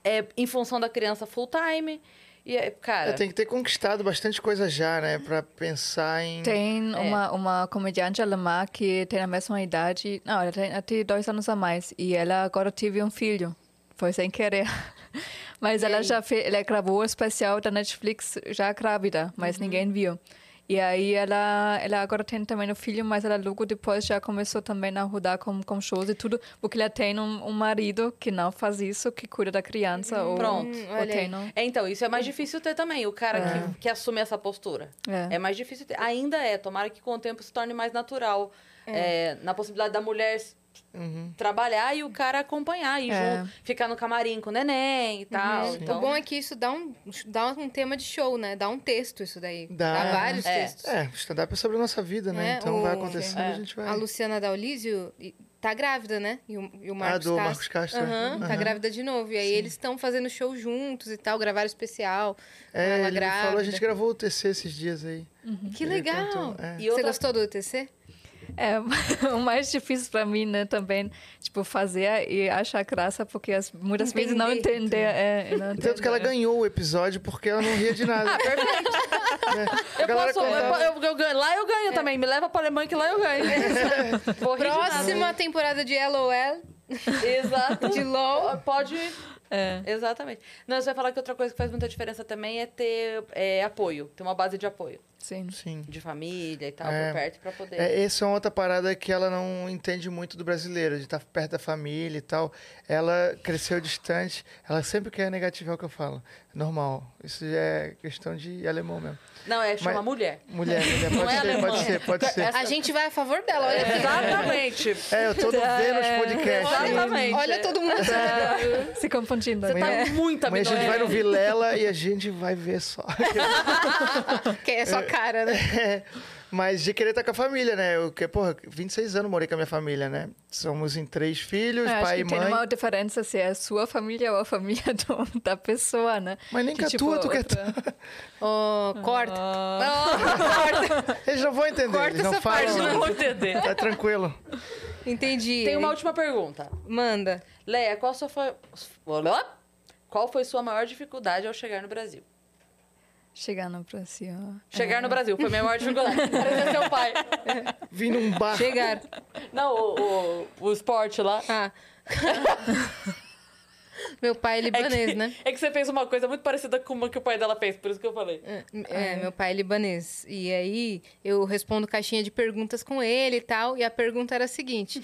S1: é, em função da criança full time. E, é, cara...
S3: É, tem que ter conquistado bastante coisa já, né? Pra pensar em.
S4: Tem uma, uma comediante alemã que tem a mesma idade, não, ela tem até dois anos a mais, e ela agora teve um filho, foi sem querer. Mas ela já fez, ela gravou o especial da Netflix já grávida, mas ninguém viu. E aí ela, ela agora tem também o filho, mas ela logo depois já começou também a rodar com, com shows e tudo, porque ela tem um, um marido que não faz isso, que cuida da criança. Ou,
S1: Pronto.
S4: ou
S2: Olha aí.
S4: tem, um, não?
S1: É, então, isso é mais difícil ter também, o cara
S2: É.
S1: que, que assume essa postura. É.
S4: É.
S1: mais difícil ter. Ainda é, tomara que com o tempo se torne mais natural. É, na possibilidade da mulher s-
S3: Uhum.
S1: trabalhar e o cara acompanhar, e
S4: É.
S1: junto, ficar no camarim com o neném e tal. Então,
S2: Né? O bom é que isso dá um, dá um tema de show, né? Dá um texto isso daí.
S3: Dá.
S2: Dá, vários
S1: É.
S2: textos.
S3: É, stand-up é sobre a nossa vida, né?
S2: É,
S3: então vai
S2: o-
S3: acontecendo e a gente vai.
S2: A Luciana Daulizio e- tá grávida, né? E o, e o
S3: Ah,
S2: Marcos
S3: do
S2: Castro.
S3: Marcos Castro. é.
S2: Aham, tá
S3: Aham.
S2: grávida de novo. E aí eles estão fazendo show juntos e tal, gravaram especial. com
S3: É,
S2: ela
S3: ele me
S2: grávida.
S3: falou, a gente gravou o TC esses dias aí.
S2: Que
S3: Ele
S2: legal!
S3: contou, é.
S1: E
S2: Você
S1: outra-
S2: gostou do TC?
S4: É, o mais difícil para mim, né, também, tipo, fazer e achar graça, porque as, muitas vezes não
S2: Entender.
S4: entender. É, não
S3: Tanto que ela ganhou o episódio porque ela não ria de nada.
S1: Ah,
S3: É.
S1: eu
S3: galera
S1: posso, eu,
S3: contava-
S1: eu- eu ganho, lá eu ganho também. Me leva pra Alemanha que lá eu ganho. É. Vou rir de nada.
S2: Próxima temporada de LOL,
S1: Exato.
S2: de LOL.
S1: Pode.
S4: É.
S1: Exatamente. Não, você vai falar que outra coisa que faz muita diferença também é ter é, apoio, ter uma base de apoio.
S4: Sim.
S3: Sim.
S1: De família e tal,
S3: É.
S1: por perto, pra poder.
S3: É, essa é uma outra parada que ela não entende muito do brasileiro, de estar perto da família e tal. Ela cresceu distante, ela sempre quer negativar o que eu falo. Normal. Isso é questão de alemão mesmo.
S1: Não, é chama
S3: Mas-
S1: mulher.
S3: Mulher, mulher, pode,
S1: é
S3: ser,
S1: alemão.
S3: pode ser, pode ser,
S2: A gente vai a favor dela, olha
S1: É.
S2: aqui.
S1: Exatamente.
S3: É, eu tô no Vênus podcast.
S1: É, Exatamente.
S2: Olha todo mundo.
S3: É.
S1: É.
S4: Se confundindo.
S1: Você
S4: né?
S1: tá muito
S3: Amanhã a gente vai no
S1: amendoim.
S3: Vilela e a gente vai ver só.
S2: Que é sua cara, né?
S3: É, mas de querer estar com a família, né? Eu, que, porra, 26 anos morei com a minha família, né? Somos em três filhos,
S4: É, acho
S3: pai
S4: que
S3: e mãe.
S4: tem uma diferença se é a sua família ou a família do- da pessoa, né?
S3: Mas nem
S4: que,
S3: com a tua, tu quer
S4: outra-
S2: Ô, corta.
S1: Ah.
S3: Eles não vão entender,
S2: Corta
S3: eles não
S2: essa
S3: falam.
S2: parte,
S3: não.
S1: Não vou entender.
S3: Tá tranquilo.
S2: Entendi.
S1: Tem uma última pergunta.
S2: Manda.
S1: Leia, qual sua foi... Qual foi sua maior dificuldade ao chegar no Brasil?
S4: Chegar no Brasil.
S1: Chegar no Brasil foi minha maior dificuldade. Parecia seu pai.
S3: Vim num bar.
S2: Chegar.
S1: Não, o, o, o esporte lá.
S2: Ah. Meu pai é
S1: É
S2: libanês,
S1: que,
S2: né?
S1: é que você fez uma coisa muito parecida com uma que o pai dela fez, por isso que eu falei.
S2: É, meu pai é libanês. E aí eu respondo caixinha de perguntas com ele e tal. E a pergunta era a seguinte: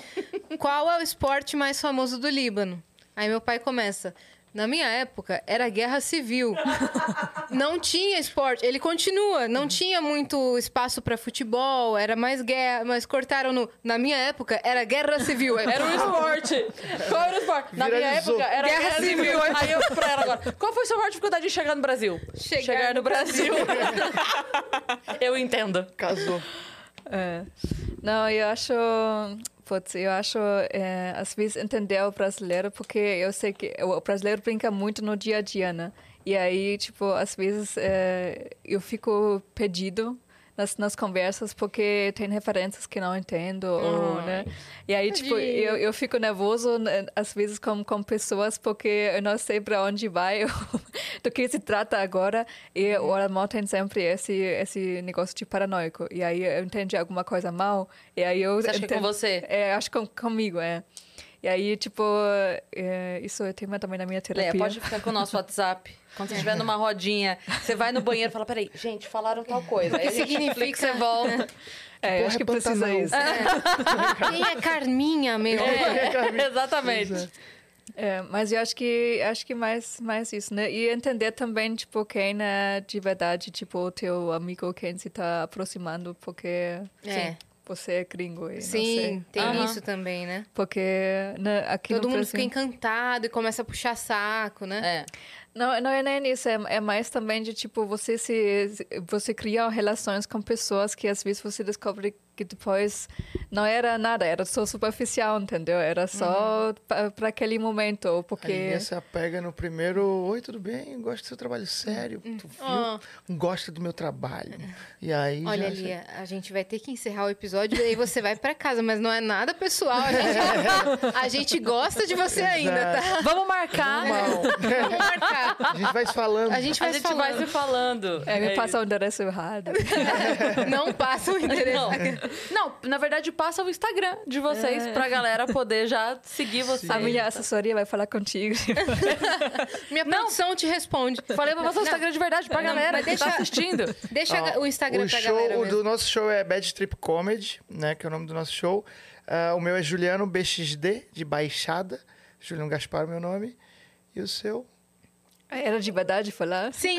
S2: Qual é o esporte mais famoso do Líbano? Aí meu pai começa. Na minha época, era guerra civil. Não tinha esporte. Ele continua. Não
S1: Uhum.
S2: tinha muito espaço pra futebol. Era mais guerra. Mas cortaram no... Na minha época, era guerra civil. Aí,
S1: Era um esporte. Qual era o esporte? Na minha
S3: Viralizou.
S1: época era
S2: Guerra civil.
S1: Aí eu pra ela agora. Qual foi sua maior dificuldade em chegar no Brasil?
S2: Chegar
S1: no Brasil. eu entendo.
S3: Casou.
S4: É. Não, eu acho. Putz, eu acho, é, às vezes, entender o brasileiro, porque eu sei que o brasileiro brinca muito no dia a dia, né? E aí, tipo, às vezes é, eu fico perdido nas, nas conversas, porque tem referências que não entendo, ou, né? E aí, tipo,
S2: Tadinho.
S4: eu, eu fico nervoso, né, às vezes, com, com pessoas, porque eu não sei para onde vai, do que se trata agora. E
S1: Uhum.
S4: o alemão tem sempre esse, esse negócio de paranoico. E aí eu entendi alguma coisa mal, e aí eu...
S1: Você acha que é com
S4: entendo-
S1: você?
S4: É, acho que com, comigo, é. E aí, tipo, é, isso eu tenho também na minha terapia.
S1: Leia, É, pode ficar com o nosso WhatsApp. Quando você estiver numa rodinha, você vai no banheiro e fala: peraí, gente, falaram tal coisa. Aí a gente
S2: significa?
S1: explica, você volta.
S4: É,
S3: Porra,
S4: acho que
S3: é
S4: precisa
S3: Pantanal.
S4: isso.
S2: Quem é Carminha, meu?
S1: É, exatamente.
S4: É, mas eu acho que acho que mais mais isso, né? E entender também tipo quem é de verdade, tipo o teu amigo quem se está aproximando, porque
S2: É.
S4: sim, você é gringo e não sei. Ah,
S2: Sim, tem
S1: Aham.
S2: isso também, né?
S4: Porque né, aqui
S2: Todo
S4: no
S2: mundo
S4: Brasil...
S2: fica encantado e começa a puxar saco, né?
S1: um. É.
S4: Não, não é nem isso, é, é mais também de tipo você se se- você cria relações com pessoas que às vezes você descobre que depois não era nada, era só superficial, entendeu? Era
S2: Uhum.
S4: só para aquele momento,
S3: A
S4: porque
S3: Ninguém se apega no primeiro. Oi, tudo bem? Gosto do seu trabalho sério. Tu viu?
S2: Ah.
S3: Gosta do meu trabalho. E aí.
S2: Olha, é.
S3: já-
S2: Lia, a gente vai ter que encerrar o episódio e aí você vai pra casa, mas não é nada pessoal. A gente, a gente gosta de você ainda, tá?
S1: Vamos marcar.
S2: Vamos marcar.
S3: A gente vai se falando.
S2: A gente
S1: A
S2: vai
S1: gente
S2: falando.
S1: vai se falando.
S4: é, me
S1: É
S4: passa o endereço errado.
S2: Não passa o endereço.
S1: Não. Não, na verdade, passa o Instagram de vocês pra galera poder já seguir vocês.
S4: A minha assessoria vai falar contigo.
S2: Minha produção te responde.
S1: Falei pra você o Instagram de verdade pra galera
S2: mas
S1: que tá
S2: deixa-
S1: assistindo.
S2: Deixa
S3: Ó,
S2: o Instagram
S3: o
S2: pra
S3: show,
S2: galera
S3: O
S2: mesmo.
S3: do nosso show é Bad Trip Comedy, né? Que é o nome do nosso show. Ah, o meu é Juliano BXD, de Baixada. Juliano Gaspar, é o meu nome. E o seu?
S4: É, Era de verdade falar?
S2: Sim.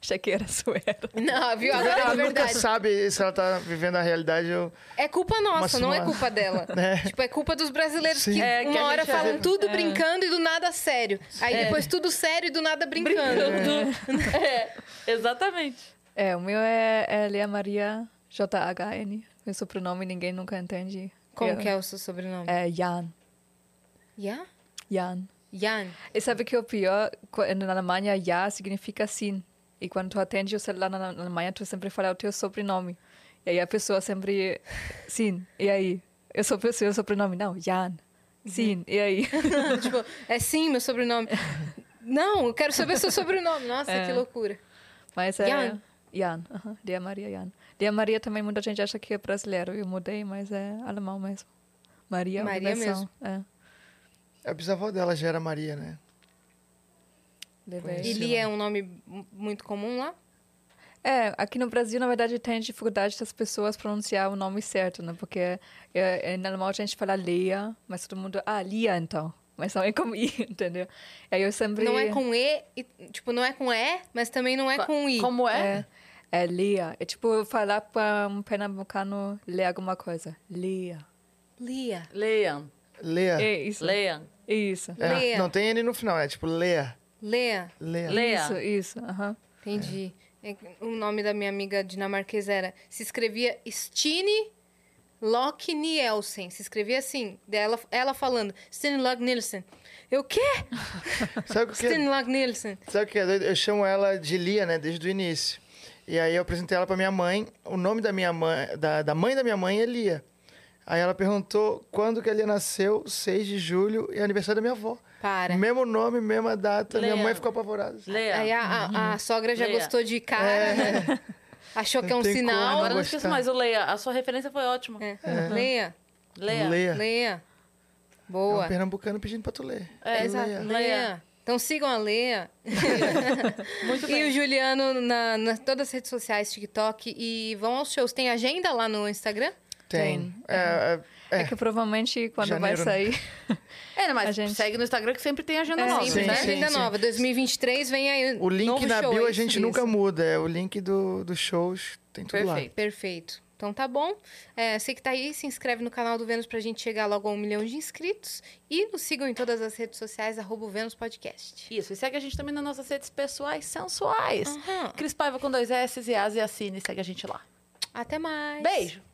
S4: Achei que era zoeira.
S2: Não, viu? Agora
S3: Ela
S2: é
S3: nunca
S2: verdade.
S3: sabe se ela tá vivendo a realidade. Eu...
S2: É culpa nossa,
S3: Uma
S2: não é
S3: sua-
S2: culpa dela.
S3: É.
S2: Tipo, é culpa dos brasileiros
S3: Sim.
S2: que
S1: É, que
S2: uma
S1: a
S2: hora
S1: gente é
S2: falam
S1: de-
S2: tudo brincando e do nada sério. Aí depois tudo sério e do nada brincando.
S1: É, exatamente.
S4: É, o meu é, é Lea Maria JHN. Meu sobrenome ninguém nunca entende.
S2: Como
S4: Eu-
S2: que é o seu sobrenome?
S4: É Jan.
S2: Ya?
S4: Jan.
S2: Jan.
S4: E sabe que o pior, qu- na Alemanha, ja significa sim. E quando tu atende o celular na na Alemanha, tu sempre fala o teu sobrenome. E aí a pessoa sempre, sim. E aí? Eu sou o seu sobrenome? Não, Jan. Sim. E aí?
S2: tipo, é sim meu sobrenome. Não, eu quero saber seu sobrenome. Nossa,
S4: É.
S2: que loucura.
S4: Mas é.
S2: Jan.
S4: Jan. aham. Dia Maria Jan. Dia Maria também muita gente acha que é brasileiro. Eu mudei, mas é alemão mesmo. Maria,
S2: Maria
S4: obrigação. É.
S3: A bisavó dela já era Maria, né?
S4: Levei.
S3: Sim.
S2: Ili é um nome mu- muito comum lá?
S4: É, aqui no Brasil, na verdade, tem dificuldade das pessoas pronunciar o nome certo, né? Porque é, em alemão a gente fala Lea, mas todo mundo, ah, Lia então. Mas não é com I, entendeu? E aí eu sempre...
S2: Não é com E, e, tipo, não é com E, mas também não é com I.
S1: Como é?
S4: É, é Lia. É tipo falar para um pernambucano ler alguma coisa. Lia.
S2: Lia.
S1: Leiam.
S3: Lea.
S4: É isso.
S1: Leiam.
S4: Isso.
S3: É,
S2: Lea.
S3: não tem N no final, é tipo Lea.
S2: Lea.
S3: Lea.
S1: Le- Lea.
S4: Isso, isso. aham.
S2: Entendi. É que O nome da minha amiga dinamarquesa era. Se escrevia Stine Locke Nielsen. Se escrevia assim. Dela, ela falando. Stine Locke Nielsen. Eu quê?
S3: Sabe o que, é?
S2: Stine Locke Nielsen.
S3: sabe o que é doido? Eu chamo ela de Lia, né? Desde o início. E aí eu apresentei ela pra minha mãe. O nome da minha mãe, da, da mãe da minha mãe é Lia. Aí ela perguntou quando que a Lia nasceu, 6 de julho, e é aniversário da minha avó.
S2: Para.
S3: Mesmo nome, mesma data. Minha
S1: Lea.
S3: mãe ficou apavorada. É.
S2: Aí
S1: Leiam.
S2: a, a- a sogra já
S1: Leia.
S2: gostou de cara, né? Achou que é um
S3: Não tem como,
S1: Agora eu
S2: sinal.
S1: não
S3: gostar.
S1: esqueço mais, o Leia. A sua referência foi ótima.
S2: É. Leia,
S1: Leia.
S3: Lea.
S2: leia.
S3: É um
S2: Boa.
S3: pernambucano pedindo pra tu ler.
S1: É,
S2: Exato.
S3: Lea.
S2: Leia. Então sigam a Leia.
S1: Muito
S2: E o
S1: bem.
S2: Juliano na, nas todas as redes sociais, TikTok. E vão aos shows. Tem agenda lá no Instagram?
S3: Tem.
S4: Tem.
S3: É, é,
S4: É.
S3: É.
S4: que provavelmente quando
S3: Janeiro,
S4: vai sair...
S1: É, mas
S4: A gente-
S1: segue no Instagram que sempre tem agenda nova,
S2: Sempre,
S3: sim,
S1: né?
S2: né? Agenda
S3: sim.
S2: nova. 2023 vem aí.
S3: O link
S2: novo
S3: na
S2: show,
S3: bio
S2: é
S3: a gente
S2: isso?
S3: nunca muda. É o link do- dos shows, tem tudo lá.
S1: Perfeito.
S2: Perfeito. Então tá bom. É, você que tá aí, se inscreve no canal do Vênus pra gente chegar logo a um milhão de inscritos. E nos sigam em todas as redes sociais, arroba o Vênus Podcast.
S1: Isso, e segue a gente também nas nossas redes pessoais sensuais.
S2: Aham.
S1: Cris Paiva com dois S e As e a Cine. Segue a gente lá.
S2: Até mais.
S1: Beijo!